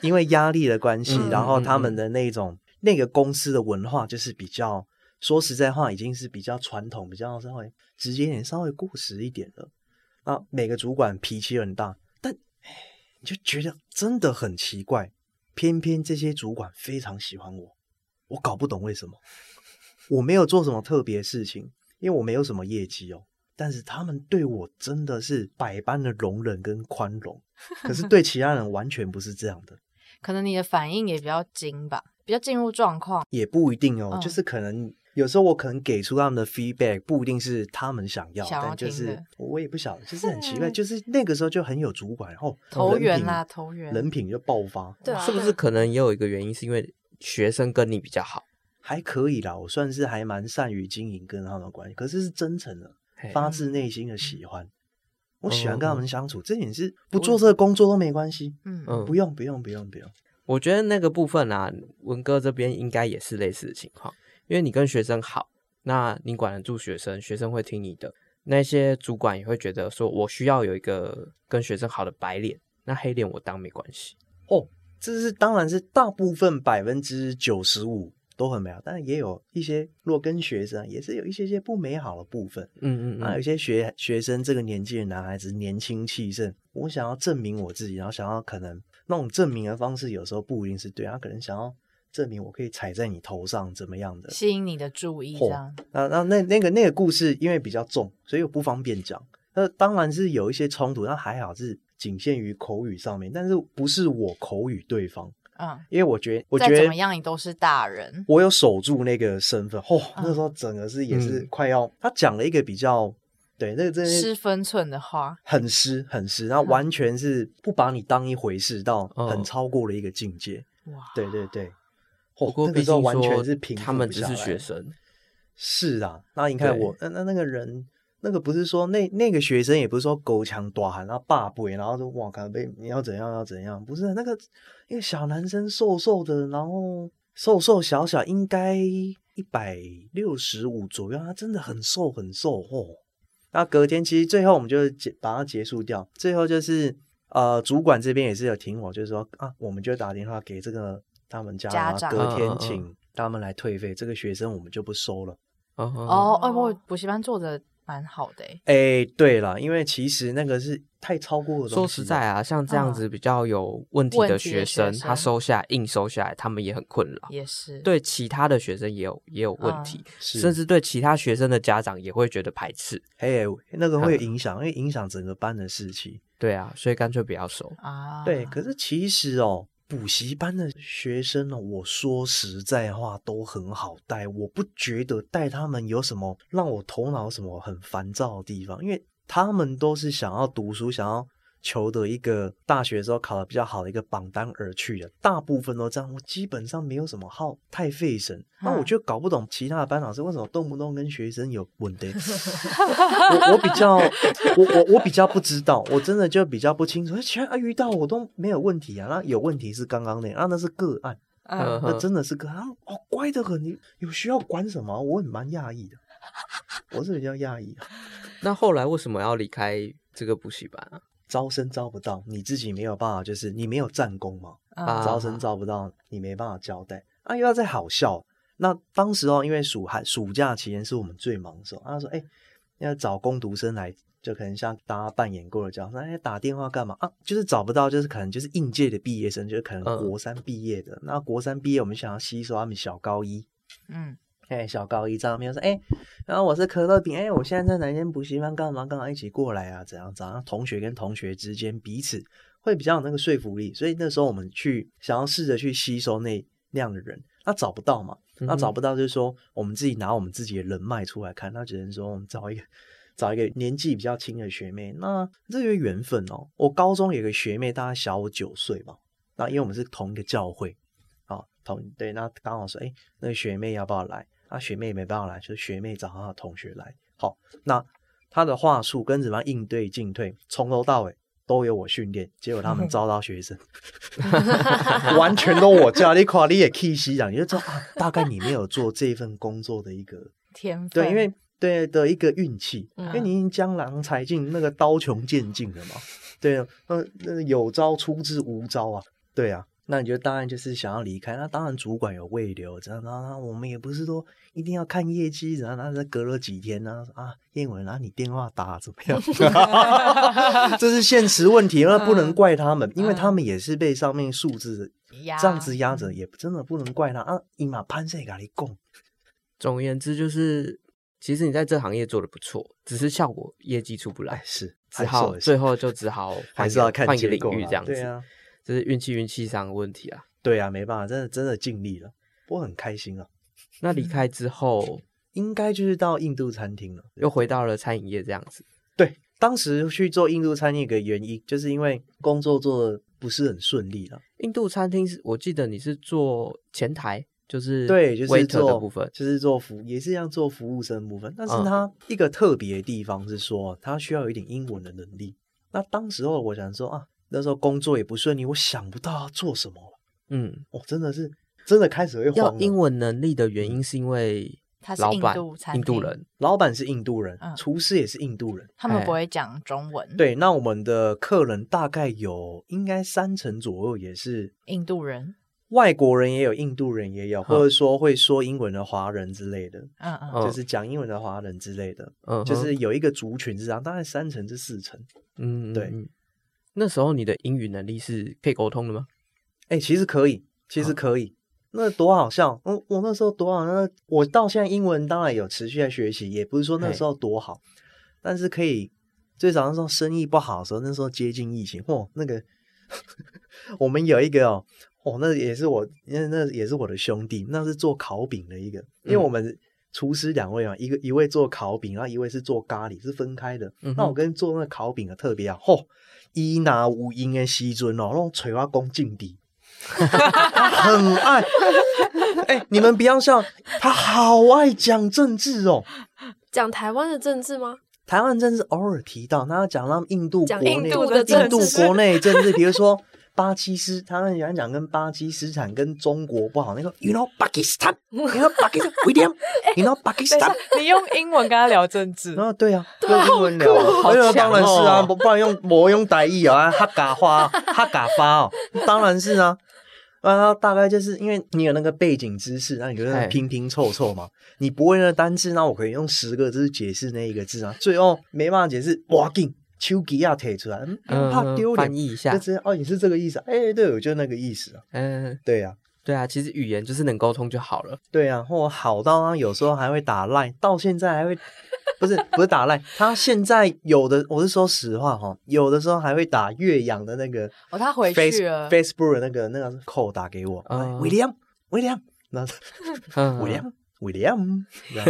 Speaker 4: 因为压力的关系，
Speaker 3: 嗯
Speaker 4: 然后
Speaker 3: 嗯
Speaker 4: 他
Speaker 3: 嗯
Speaker 4: 们的那种那个公司的文化就是比较说实在话，已经是比较传统，比较稍微直接一点，稍微过时一点了。啊，每个主管脾气很大，但哎你就觉得真的很奇怪，偏偏这些主管非常喜欢我，我搞不懂为什么。我没有做什么特别事情，因为我没有什么业绩哦。但是他们对我真的是百般的容忍跟宽 容，可是对其他人完全不是这样的，
Speaker 1: 可能你的反应也比较精吧，比较进入状况。
Speaker 4: 也不一定哦。
Speaker 1: 嗯
Speaker 4: 就是可能有时候我可能给出他们的 feedback 不一定是他们想要，
Speaker 1: 想要
Speaker 4: 但就
Speaker 1: 听
Speaker 4: 是
Speaker 1: 的啊
Speaker 4: 我也不晓得，就是很奇怪，就是那个时候就很有主管哦，
Speaker 1: 投
Speaker 4: 人
Speaker 1: 缘
Speaker 4: 品
Speaker 1: 啦，投缘。
Speaker 4: 人品就爆发，
Speaker 2: 对啊，
Speaker 3: 是不是可能也有一个原因，是因为学生跟你比较好，
Speaker 4: 还可以啦。我算是还蛮善于经营跟他们的关系，可是是真诚的，
Speaker 3: 嘿
Speaker 4: 发自内心的喜欢。
Speaker 1: 嗯
Speaker 4: 我喜欢跟他们相处，这点是不
Speaker 3: 我
Speaker 4: 做这个工作都没关系，
Speaker 1: 嗯
Speaker 3: 嗯
Speaker 4: 不用不用不用不用。
Speaker 3: 我觉得那个部分啊，文哥这边应该也是类似的情况，因为你跟学生好，那你管得住学生，学生会听你的。那些主管也会觉得说，我需要有一个跟学生好的白脸，那黑脸我当没关系。
Speaker 4: 哦，这是当然是大部分百分之九十五都很美好，但也有一些若跟学生也是有一些些不美好的部分。
Speaker 3: 嗯嗯
Speaker 4: 啊，有
Speaker 3: 嗯，
Speaker 4: 些学学生这个年纪的男孩子年轻气盛，我想要证明我自己，然后想要可能那种证明的方式有时候不一定是对，他可能想要证明我可以踩在你头上怎么样的。
Speaker 1: 吸引你的注意，这
Speaker 4: 嚯
Speaker 1: 样
Speaker 4: 那那那那个那个故事因为比较重，所以我不方便讲。那当然是有一些冲突，那还好是仅限于口语上面，但是不是我口语对方，
Speaker 1: 嗯，
Speaker 4: 因为我觉得我觉
Speaker 1: 再
Speaker 4: 得
Speaker 1: 怎么样你都是大人，
Speaker 4: 我有守住那个身份，哦，
Speaker 1: 嗯
Speaker 4: 那时候整个是也是
Speaker 3: 嗯
Speaker 4: 快要，他讲了一个比较对那个真的是
Speaker 1: 失嗯分寸的话，
Speaker 4: 很湿很湿，然后完全是不把你当一回事，到
Speaker 3: 嗯
Speaker 4: 很超过了一个境界。
Speaker 1: 哇，
Speaker 4: 对对对，
Speaker 3: 不
Speaker 4: 哦，
Speaker 3: 过
Speaker 4: 那
Speaker 3: 毕
Speaker 4: 个时候
Speaker 3: 竟
Speaker 4: 完全
Speaker 3: 说
Speaker 4: 是平复
Speaker 3: 他们
Speaker 4: 不
Speaker 3: 只
Speaker 4: 下
Speaker 3: 是
Speaker 4: 来
Speaker 3: 学生，
Speaker 4: 是啊，那你看
Speaker 3: 对
Speaker 4: 我那那那个人，那个不是说那那个学生也不是说狗强短喊，然后霸不，然后说哇靠被你要怎样要怎样，不是啊那个一个小男生瘦瘦的，然后瘦瘦小小，应该一百六十五左右，他真的很瘦很瘦哦。那隔天其实最后我们就结把它结束掉，最后就是呃主管这边也是有听我，就是说啊我们就打电话给这个他们家
Speaker 1: 家
Speaker 4: 然后
Speaker 1: 长
Speaker 4: 隔
Speaker 3: 嗯嗯
Speaker 4: 天
Speaker 3: 嗯
Speaker 4: 请他们来退费，这个学生我们就不收了。
Speaker 3: 哦哦，
Speaker 1: 哦，
Speaker 2: 嗯
Speaker 1: 哎，我补习班做的蛮好的欸，
Speaker 4: 哎，对了，因为其实那个是太超过的东
Speaker 3: 说
Speaker 4: 西
Speaker 3: 实
Speaker 4: 了
Speaker 3: 在，啊，像这样子比较有问题
Speaker 1: 问
Speaker 3: 的
Speaker 1: 题的
Speaker 3: 学生，
Speaker 1: 学
Speaker 3: 他
Speaker 1: 生
Speaker 3: 收下来硬收下来，他们也很困扰。
Speaker 1: 也是，
Speaker 3: 对其他的学生也有也有问题，
Speaker 4: 是
Speaker 3: 甚至对其他学生的家长也会觉得排斥。
Speaker 4: 哎，那
Speaker 3: 啊
Speaker 4: 个会影响，因为影响整个班的士气。
Speaker 3: 对啊，所以干脆不要收。
Speaker 1: 啊，
Speaker 4: 对，可是其实哦，补习班的学生呢、我说实在话都很好带，我不觉得带他们有什么让我头脑有什么很烦躁的地方，因为他们都是想要读书，想要。求得一个大学之后考得比较好的一个榜单而去的，大部分都这样。我基本上没有什么耗太费神，那我
Speaker 1: 嗯
Speaker 4: 就搞不懂其他的班老师为什么动不动跟学生有问题。我我比较，我我我比较不知道，我真的就比较不清楚。其实啊，遇到我都没有问题啊，那有问题是刚刚那，啊那是个案，
Speaker 1: 嗯，
Speaker 4: 那
Speaker 3: 嗯
Speaker 4: 真的是个案，哦乖的很，你有需要管什么？我很蛮讶异的，我是比较讶异，啊
Speaker 3: 那后来为什么要离开这个补习班啊？
Speaker 4: 招生招不到，你自己没有办法，就是你没有战功嘛，
Speaker 1: 嗯
Speaker 3: 啊
Speaker 4: 招生招不到，你没办法交代啊，又要再好笑。那当时哦，因为暑寒暑假期间是我们最忙的时候，啊他说：“哎、要找工读生来，就可能像大家扮演过的这样，说哎、打电话干嘛啊？就是找不到，就是可能就是应届的毕业生，就是可能
Speaker 3: 嗯
Speaker 4: 国三毕业的。那国三毕业，我们想要吸收他们小高一，
Speaker 1: 嗯，
Speaker 4: 哎、小高一张面说，哎、然后我是可乐饼，哎、我现在在哪间补习班干嘛干嘛，一起过来啊，怎样怎样，同学跟同学之间彼此会比较有那个说服力，所以那时候我们去想要试着去吸收那那样的人，那找不到嘛，
Speaker 3: 嗯
Speaker 4: 那找不到就是说我们自己拿我们自己的人脉出来看，那只能说我们找一个。找一个年纪比较轻的学妹，那这就是缘分哦。我高中有个学妹，大概小我九岁吧。那因为我们是同一个教会，啊，同对，那刚好说，哎，那个学妹要不要来？啊，学妹也没办法来，就是学妹找她的同学来。好，那她的话术跟怎么样应对进退，从头到尾都有我训练，结果他们招到学生，完全都我教。你垮你也 key 西讲，你就知道啊，大概你没有做这份工作的一个
Speaker 1: 天分，
Speaker 4: 对，因为对的一个运气，
Speaker 2: 嗯
Speaker 4: 因为你已经江郎才尽，那个刀穷剑尽了嘛。对，呃，那有招出之无招啊，对啊。那你就当然就是想要离开，那当然主管有未留，这样，然后然后我们也不是说一定要看业绩，然后然后再隔了几天呢，啊，燕文，然后你电话打怎么样？ 这是现实问题，那不能怪他们，因为他们也是被上面数字
Speaker 1: 呀
Speaker 4: 这样子压
Speaker 1: 嗯
Speaker 4: 着，也真的不能怪他啊。伊玛潘塞咖喱贡，
Speaker 3: 总而言之，就是其实你在这行业做的不错，只是效果业绩出不来
Speaker 4: 哎，，是
Speaker 3: 只好最后就只好
Speaker 4: 还
Speaker 3: 换
Speaker 4: 是要
Speaker 3: 个
Speaker 4: 看
Speaker 3: 换一个
Speaker 4: 结
Speaker 3: 领
Speaker 4: 果
Speaker 3: 域
Speaker 4: 啦
Speaker 3: 这样子。
Speaker 4: 对啊，
Speaker 3: 这是运气运气上的问题啊。
Speaker 4: 对啊，没办法，真的真的尽力了，我很开心啊。
Speaker 3: 那离开之后，
Speaker 4: 应该就是到印度餐厅了。
Speaker 3: 又回到了餐饮业这样子。
Speaker 4: 对，当时去做印度餐厅有个原因，就是因为工作做的不是很顺利了。
Speaker 3: 印度餐厅是我记得你是做前台，就是
Speaker 4: 对，就是
Speaker 3: waiter
Speaker 4: 做
Speaker 3: 的部分。
Speaker 4: 就是做服，也是一样做服务生部分。但是
Speaker 3: 嗯
Speaker 4: 它一个特别的地方是说，它需要有一点英文的能力。那当时候我想说啊，那时候工作也不顺利，我想不到要做什么了。
Speaker 3: 嗯，
Speaker 4: 我、真的是真的开始会
Speaker 3: 要
Speaker 4: 慌
Speaker 3: 英
Speaker 4: 了。
Speaker 3: 文能力的原因是因为
Speaker 1: 他是
Speaker 3: 老
Speaker 1: 印
Speaker 3: 板
Speaker 1: 度餐
Speaker 3: 印度
Speaker 1: 厅
Speaker 3: 人，
Speaker 4: 老板是印度人，
Speaker 1: 嗯
Speaker 4: 厨师也是印度人。
Speaker 1: 他们不
Speaker 3: 哎
Speaker 1: 会讲中文，，
Speaker 4: 对，那我们的客人大概有应该三成左右也是
Speaker 1: 印度人，
Speaker 4: 外国人，也有印度人也有，或者说会说英文的华人之类的，
Speaker 1: 嗯嗯，
Speaker 3: 哦
Speaker 4: 就是讲英文的华人之类的，
Speaker 3: 嗯哼，
Speaker 4: 就是有一个族群是这样，大概三成至四成。
Speaker 3: 嗯，
Speaker 4: 对
Speaker 3: 嗯那时候你的英语能力是可以沟通的吗？
Speaker 4: 哎、其实可以，其实可以。那多好笑！我我那时候多好，那我到现在英文当然有持续在学习，也不是说那时候多好，但是可以最早那时候生意不好的时候，那时候接近疫情，哦，那个我们有一个哦，哦，那也是我，那那也是我的兄弟，那是做烤饼的一个，因为
Speaker 3: 嗯
Speaker 4: 我们厨师两位嘛，一个一位做烤饼，然后一位是做咖喱，是分开的。
Speaker 3: 嗯哼
Speaker 4: 那我跟做那个烤饼的特别好，吼、伊拿无音的西尊哦，那种垂花宫劲敌。 他很爱。 哎、你们不要笑，他好爱讲政治哦。
Speaker 2: 讲台湾的政治 吗？
Speaker 4: 台湾政治偶尔提到，他要讲他们印度国
Speaker 2: 讲
Speaker 4: 内、
Speaker 2: 印度的
Speaker 4: 印
Speaker 2: 政
Speaker 4: 度
Speaker 2: 治
Speaker 4: 国内政治，比如说巴基斯坦，他们喜欢讲跟巴基斯坦跟中国不好。那个，you know Pakistan，you know Pakistan，William，you know
Speaker 1: 等一
Speaker 4: Pakistan
Speaker 1: 下。，你用英文跟他聊政治，
Speaker 4: 啊，对啊，用英文聊啊，
Speaker 3: 好
Speaker 4: 对啊，
Speaker 3: 强
Speaker 4: 当然是啊，
Speaker 3: 哦
Speaker 4: 不不然用我用台语啊，哈嘎花，哈嘎发哦， 当然是啊。啊，大概就是因为你有那个背景知识，那你就
Speaker 3: 哎
Speaker 4: 是拼拼凑凑嘛。你不会那个单字，那我可以用十个字解释那一个字啊。最后没办法解释，哇劲，丘吉亚提出来，嗯，怕丢
Speaker 3: 翻
Speaker 4: 脸，
Speaker 3: 译一下
Speaker 4: 就，直接哦，你是这个意思啊？哎，对，我就那个意思啊。
Speaker 3: 嗯，
Speaker 4: 对啊，
Speaker 3: 对啊，其实语言就是能沟通就好 了。
Speaker 4: 对啊，或好到他有时候还会打赖，到现在还会，不是不是打赖，他现在有的我是说实话哈，有的时候还会打岳阳的那个
Speaker 1: 哦，他回
Speaker 4: face
Speaker 1: 去了，
Speaker 4: Facebook 的那个那个扣打给我，哎
Speaker 3: 哦
Speaker 4: 威廉威廉，然后
Speaker 3: 嗯，
Speaker 4: 威廉威廉，这样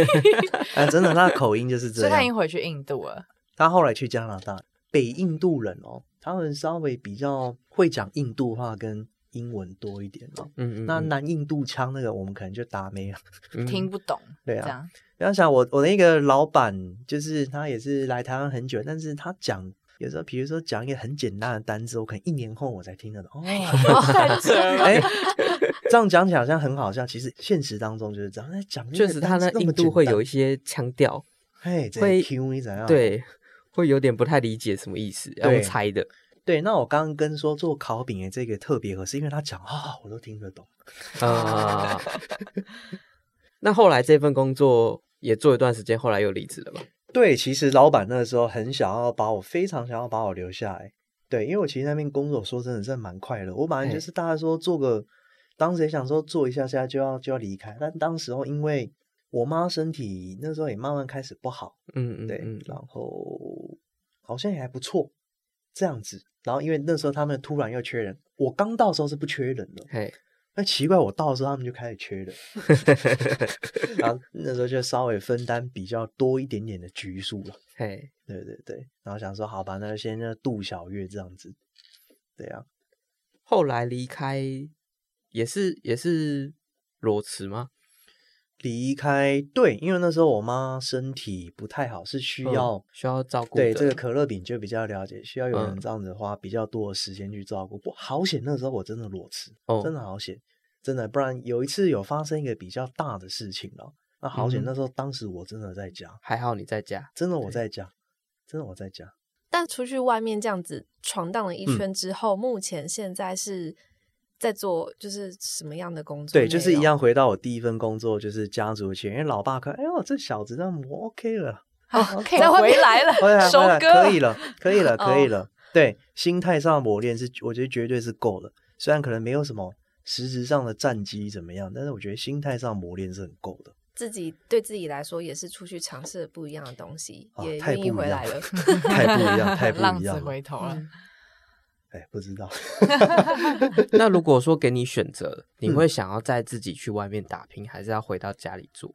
Speaker 4: 哎，真的他的口音就是
Speaker 1: 所
Speaker 4: 这
Speaker 1: 以他已
Speaker 4: 样
Speaker 1: 经。回去印度了。
Speaker 4: 他后来去加拿大，北印度人哦，他们稍微比较会讲印度话跟英文多一点哦。
Speaker 3: 嗯，嗯嗯，
Speaker 4: 那南印度腔那个，我们可能就打没了。
Speaker 3: 嗯
Speaker 1: 听不懂，
Speaker 4: 对啊
Speaker 1: 这样
Speaker 4: 不要想我，我那个老板就是他也是来台湾很久，但是他讲有时候，比如说讲一个很简单的单字，我可能一年后我才听得懂。哦， 哎、这样讲起来好像很好笑，其实现实当中就是这样。那讲那个
Speaker 3: 确实，他
Speaker 4: 单
Speaker 3: 那
Speaker 4: 嗯字那
Speaker 3: 印
Speaker 4: 么
Speaker 3: 度会有一
Speaker 4: 一
Speaker 3: 些腔调，
Speaker 4: 哎，
Speaker 3: 会
Speaker 4: 会 Q 你怎样？
Speaker 3: 对， 会有点不太理解什么意思，要
Speaker 4: 对
Speaker 3: 用猜 的。
Speaker 4: 对，那我刚刚跟说做烤饼的这个特别合适，因为他讲啊、我都听得懂。
Speaker 3: 啊， 那后来这份工作也做一段时间，后来又离职了吧？
Speaker 4: 对，其实老板那个时候很想要把我，非常想要把我留下来。对，因为我其实那边工作，说真的，真的蛮快乐。我本来
Speaker 3: 嘿
Speaker 4: 就是大家说做个，当时也想说做一下下就要就要离开，但当时候因为我妈身体那时候也慢慢开始不好，
Speaker 3: 嗯嗯，
Speaker 4: 对，
Speaker 3: 嗯
Speaker 4: 然后好像也还不错这样子。然后因为那时候他们突然又缺人，我刚到的时候是不缺人的，
Speaker 3: 嘿，
Speaker 4: 那奇怪，我到的时候他们就开 始缺人，然后那时候就稍微分担比较多一点点的局数了。
Speaker 3: 嘿，
Speaker 4: 对对对，然后想说好吧，那就先那度小月这样子，对啊，
Speaker 3: 后来离开也是也是裸辞吗？
Speaker 4: 离开对，因为那时候我妈身体不太好，是需
Speaker 3: 嗯
Speaker 4: 要、
Speaker 3: 需要照顾
Speaker 4: 对
Speaker 3: 的
Speaker 4: 这个可乐饼就比较了解，需要有人
Speaker 3: 嗯
Speaker 4: 这样子花比较多的时间去照顾。不好险，那时候我真的裸辞，
Speaker 3: 哦
Speaker 4: 真的好险，真的，不然有一次有发生一个比较大的事情了。那好
Speaker 3: 嗯
Speaker 4: 险，
Speaker 3: 哼
Speaker 4: 那时候当时我真的在家，
Speaker 3: 还好你在家，
Speaker 4: 真的我
Speaker 3: 对
Speaker 4: 在家，真的我在家。
Speaker 2: 但出去外面这样子闯荡了
Speaker 4: 嗯
Speaker 2: 一圈之后，目前现在是在做就是什么样的工作内
Speaker 4: 对，
Speaker 2: 容？
Speaker 4: 就是
Speaker 3: 哦
Speaker 4: 一样。回到我第一份工作，就是家族企业，因为老爸看，哎呦，这小子这样我 OK 了，
Speaker 1: 好，可以
Speaker 2: 在外
Speaker 1: 回
Speaker 2: 面
Speaker 1: 来了，
Speaker 4: 哦回来
Speaker 1: 收
Speaker 4: 回来
Speaker 1: 割
Speaker 4: 可以了，可以了，可以
Speaker 2: 哦
Speaker 4: 了。对，心态上的磨练是，我觉得绝对是够了。虽然可能没有什么实质上的战绩怎么样，但是我觉得心态上磨练是很够的。
Speaker 2: 自己对自己来说也是出去尝试了不一样的东西，
Speaker 4: 啊
Speaker 2: 也
Speaker 4: 太
Speaker 2: 愿意
Speaker 4: 不一
Speaker 2: 回
Speaker 4: 样
Speaker 2: 来 了。嗯
Speaker 4: 太不一样， 太不
Speaker 1: 浪
Speaker 4: 一
Speaker 1: 子
Speaker 4: 样了。嗯
Speaker 1: 回头了。
Speaker 4: 哎，不知道，
Speaker 3: 那如果说给你选择，你
Speaker 4: 嗯
Speaker 3: 会想要再自己去外面打拼，还是要回到家里做？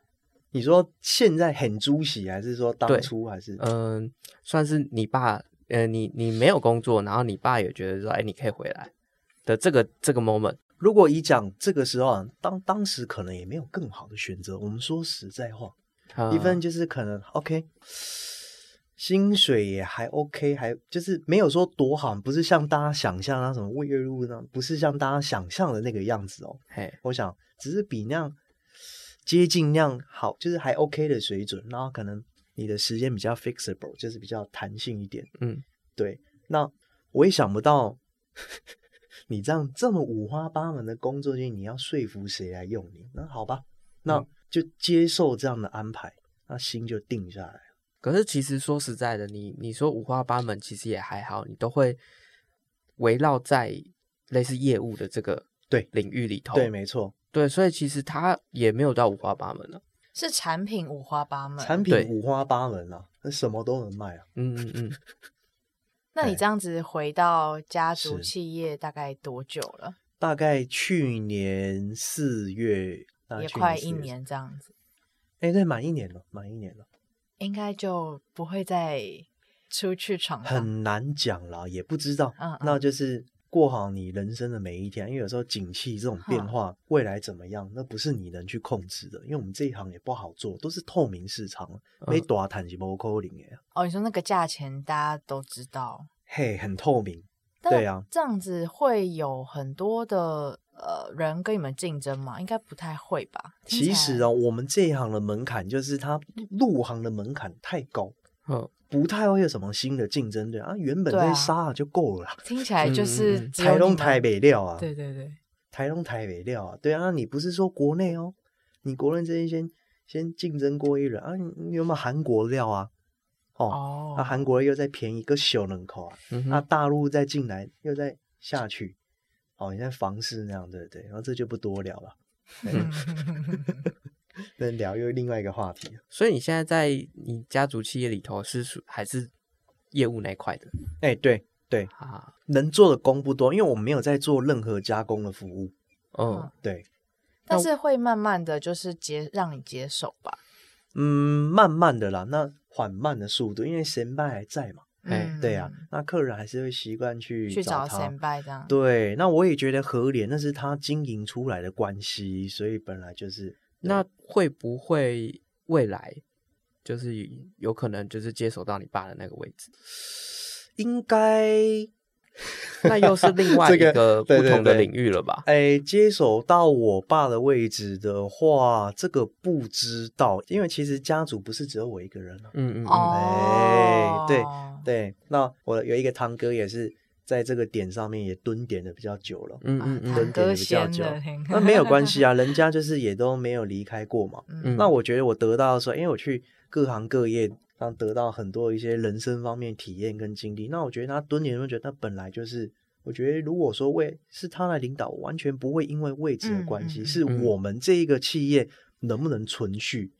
Speaker 4: 你说现在很猪喜，还是说
Speaker 3: 对
Speaker 4: 当初还是？
Speaker 3: 嗯，算是你爸，呃，你你没有工作，然后你爸也觉得说，哎，你可以回来的这个这个 moment，
Speaker 4: 如果以讲这个时候啊，当当时可能也没有更好的选择。我们说实在话，
Speaker 3: 嗯
Speaker 4: 一份就是可能 OK，薪水也还 OK，还就是没有说多好，不是像大家想象啊那什么月入呢，不是像大家想象的那个样子哦。
Speaker 3: 嘿，
Speaker 4: 我想只是比那样接近那样好，就是还 OK 的水准。然后可能你的时间比较 flexible，就是比较弹性一点。
Speaker 3: 嗯，
Speaker 4: 对。那我也想不到 你这样这么五花八门的工作经历，你要说服谁来用你？那好吧，那
Speaker 3: 嗯
Speaker 4: 就接受这样的安排，那心就定下来了。
Speaker 3: 可是其实说实在的，你你说五花八门，其实也还好，你都会围绕在类似业务的这个
Speaker 4: 对
Speaker 3: 领域里头。
Speaker 4: 对，没错，
Speaker 3: 对，所以其实它也没有到五花八门了。
Speaker 1: 是产品五花八门。
Speaker 4: 产
Speaker 3: 对
Speaker 4: 品五花八门啊，那什么都能卖啊。
Speaker 3: 嗯嗯嗯，
Speaker 1: 那你
Speaker 4: 对
Speaker 1: 这样子回到家族
Speaker 4: 是
Speaker 1: 企业大概多久了？
Speaker 4: 大概去年四月，大概
Speaker 1: 也
Speaker 4: 呃去
Speaker 1: 快
Speaker 4: 四
Speaker 1: 一
Speaker 4: 月，
Speaker 1: 年这样子，
Speaker 4: 哎，对，满一年了，满一年了，
Speaker 1: 应该就不会再出去闯荡。
Speaker 4: 很难讲啦，也不知道。
Speaker 1: 嗯嗯
Speaker 4: 那就是过好你人生的每一天，因为有时候景气这种变化，未来怎么样，那不是你能去控制的，因为我们这一行也不好做，都是透明市场，
Speaker 1: 嗯
Speaker 4: 没大谈是无可能的，啊
Speaker 1: 哦，你说那个价钱大家都知道，
Speaker 4: 嘿，很透明。
Speaker 1: 但
Speaker 4: 对啊
Speaker 1: 这样子会有很多的呃人跟你们竞争吗？应该不太会吧？听起
Speaker 4: 其
Speaker 1: 来
Speaker 4: 实啊，我们这一行的门槛就是它入行的门槛太高，
Speaker 3: 嗯，
Speaker 4: 不太会有什么新的竞争对啊，原本
Speaker 1: 对啊
Speaker 4: 这杀啊就够了啦。
Speaker 1: 听起来就是、
Speaker 3: 嗯嗯嗯
Speaker 4: 台东台，北料啊，
Speaker 1: 对对对，
Speaker 4: 台东台北料啊，对啊，那你不是说国内哦，你国内这边先先竞争过一轮啊，你你有没有韩国料啊？哦，
Speaker 1: 哦，
Speaker 4: 那、韩国又再便宜个小人口啊，
Speaker 3: 嗯哼
Speaker 4: 那、大陆再进来又再下去，哦，你看房市那样对不对？然后这就不多聊了，哎
Speaker 1: 嗯
Speaker 4: 那聊又另外一个话题了。
Speaker 3: 所以你现在在你家族企业里头是属还是业务那一块的
Speaker 4: 哎，对对，
Speaker 3: 啊？
Speaker 4: 能做的工不多，因为我们没有在做任何加工的服务。
Speaker 3: 嗯，
Speaker 4: 对，
Speaker 1: 但是会慢慢的就是接让你接手吧。
Speaker 4: 嗯，慢慢的啦，那缓慢的速度，因为神拜还在嘛。
Speaker 3: 哎
Speaker 1: 嗯
Speaker 4: 对呀、那客人还是会习惯去
Speaker 1: 去找
Speaker 4: 他。
Speaker 1: 先拜这样。
Speaker 4: 对，那我也觉得合理，那是他经营出来的关系，所以本来就是
Speaker 3: 那会不会未来就是有可能就是接手到你爸的那个位置？
Speaker 4: 应该
Speaker 3: 那又是另外一
Speaker 4: 这个
Speaker 3: 个不
Speaker 4: 对对
Speaker 3: 同的
Speaker 4: 对
Speaker 3: 领域了吧？
Speaker 4: 哎接手到我爸的位置的话，这个不知道，因为其实家族不是只有我一个人啊。
Speaker 3: 嗯嗯嗯
Speaker 1: 哦，
Speaker 4: 哎对对，那我有一个堂哥也是在这个点上面也蹲点的比较久了，
Speaker 3: 嗯
Speaker 1: 啊
Speaker 3: 嗯嗯
Speaker 1: 堂
Speaker 3: 嗯，
Speaker 1: 哥
Speaker 4: 蹲点
Speaker 1: 先
Speaker 4: 比较
Speaker 1: 的
Speaker 4: 久，那没有关 系啊，人家就是也都没有离开过嘛。
Speaker 1: 嗯
Speaker 4: 那我觉得我得到的时候，因为我去各行各业，让得到很多一些人生方面体验跟经历。那我觉得他蹲点，我觉得他本来就是，我觉得如果说为是他来领导，我完全不会因为位置的关系，
Speaker 1: 嗯嗯嗯
Speaker 4: 是我们这一个企业能不能存续，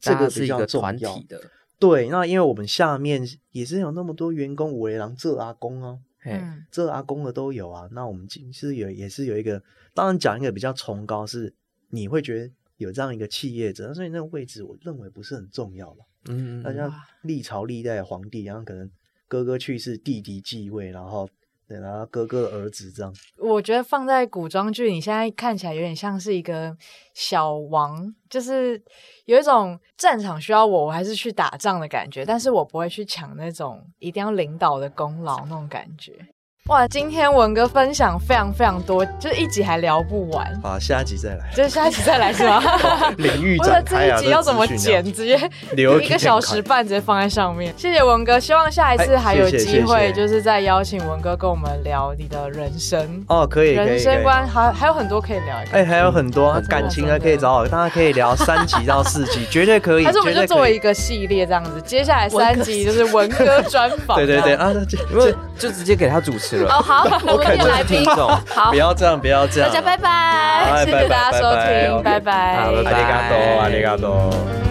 Speaker 4: 这
Speaker 3: 大家
Speaker 4: 个
Speaker 3: 是
Speaker 4: 比
Speaker 3: 一
Speaker 4: 较
Speaker 3: 个
Speaker 4: 重
Speaker 3: 团
Speaker 4: 要
Speaker 3: 体。的，
Speaker 4: 对，那因为我们下面也是有那么多员工，五雷狼、这阿公啊，
Speaker 1: 嗯
Speaker 3: 嘿，嗯
Speaker 4: 这阿公的都有啊。那我们其实有也是有一个，当然讲一个比较崇高是，你会觉得有这样一个企业者，所以那个位置我认为不是很重要了。
Speaker 3: 嗯嗯
Speaker 4: 那
Speaker 3: 嗯，
Speaker 4: 像历朝历代的皇帝，然后可能哥哥去世，弟弟继位，然后对，然后哥哥的儿子这样。
Speaker 1: 我觉得放在古装剧，你现在看起来有点像是一个小王，就是有一种战场需要我，我还是去打仗的感觉，但是我不会去抢那种一定要领导的功劳那种感觉。哇，今天文哥分享非常非常多，就是一集还聊不完，
Speaker 4: 好，下一集再 来。
Speaker 1: 就是下一集再来 是吗？
Speaker 4: 领域
Speaker 1: 我的
Speaker 4: 展
Speaker 1: 这
Speaker 4: 开啊，
Speaker 1: 一集要
Speaker 4: 这
Speaker 1: 怎么
Speaker 4: 资讯
Speaker 1: 剪
Speaker 4: 量？？
Speaker 1: 直接
Speaker 4: 留
Speaker 1: 一个小时半直接放在上面。谢谢文哥，希望下一次
Speaker 4: 哎
Speaker 1: 还有
Speaker 4: 谢谢
Speaker 1: 机
Speaker 4: 谢
Speaker 1: 会，
Speaker 4: 谢
Speaker 1: 就是再邀请文哥跟我们聊你的人生、
Speaker 4: 哦，可以，可以
Speaker 1: 人
Speaker 4: 可
Speaker 1: 生
Speaker 4: 以
Speaker 1: 观，还还有很多可以聊。
Speaker 4: 哎，还有很 多啊
Speaker 3: 真的
Speaker 4: 感情啊，
Speaker 1: 真的
Speaker 4: 可以找我，大家可以聊三集到四集，绝对可以，
Speaker 1: 还是我们
Speaker 4: 绝
Speaker 1: 就
Speaker 4: 对
Speaker 1: 作
Speaker 4: 可以
Speaker 1: 为一个系列这样子，接下来三集就是文哥专访。
Speaker 4: 对对对
Speaker 1: 这样
Speaker 4: 啊，那这
Speaker 3: 因为就直接给他主
Speaker 1: 哦
Speaker 3: 持了，
Speaker 1: 好，我们
Speaker 4: 看
Speaker 1: 也
Speaker 4: 这
Speaker 1: 来
Speaker 4: 是
Speaker 1: 宾
Speaker 4: 听，众，
Speaker 1: 好
Speaker 4: 不要这样，不要这
Speaker 1: 大
Speaker 4: 样。
Speaker 1: 家拜拜，
Speaker 4: 哎
Speaker 1: 谢
Speaker 4: 拜
Speaker 1: 谢
Speaker 4: 拜
Speaker 1: 大家收
Speaker 4: 拜拜
Speaker 1: 听，
Speaker 4: ，OK
Speaker 1: 拜拜，
Speaker 3: 好拜拜
Speaker 4: ありがとう、ありがとう。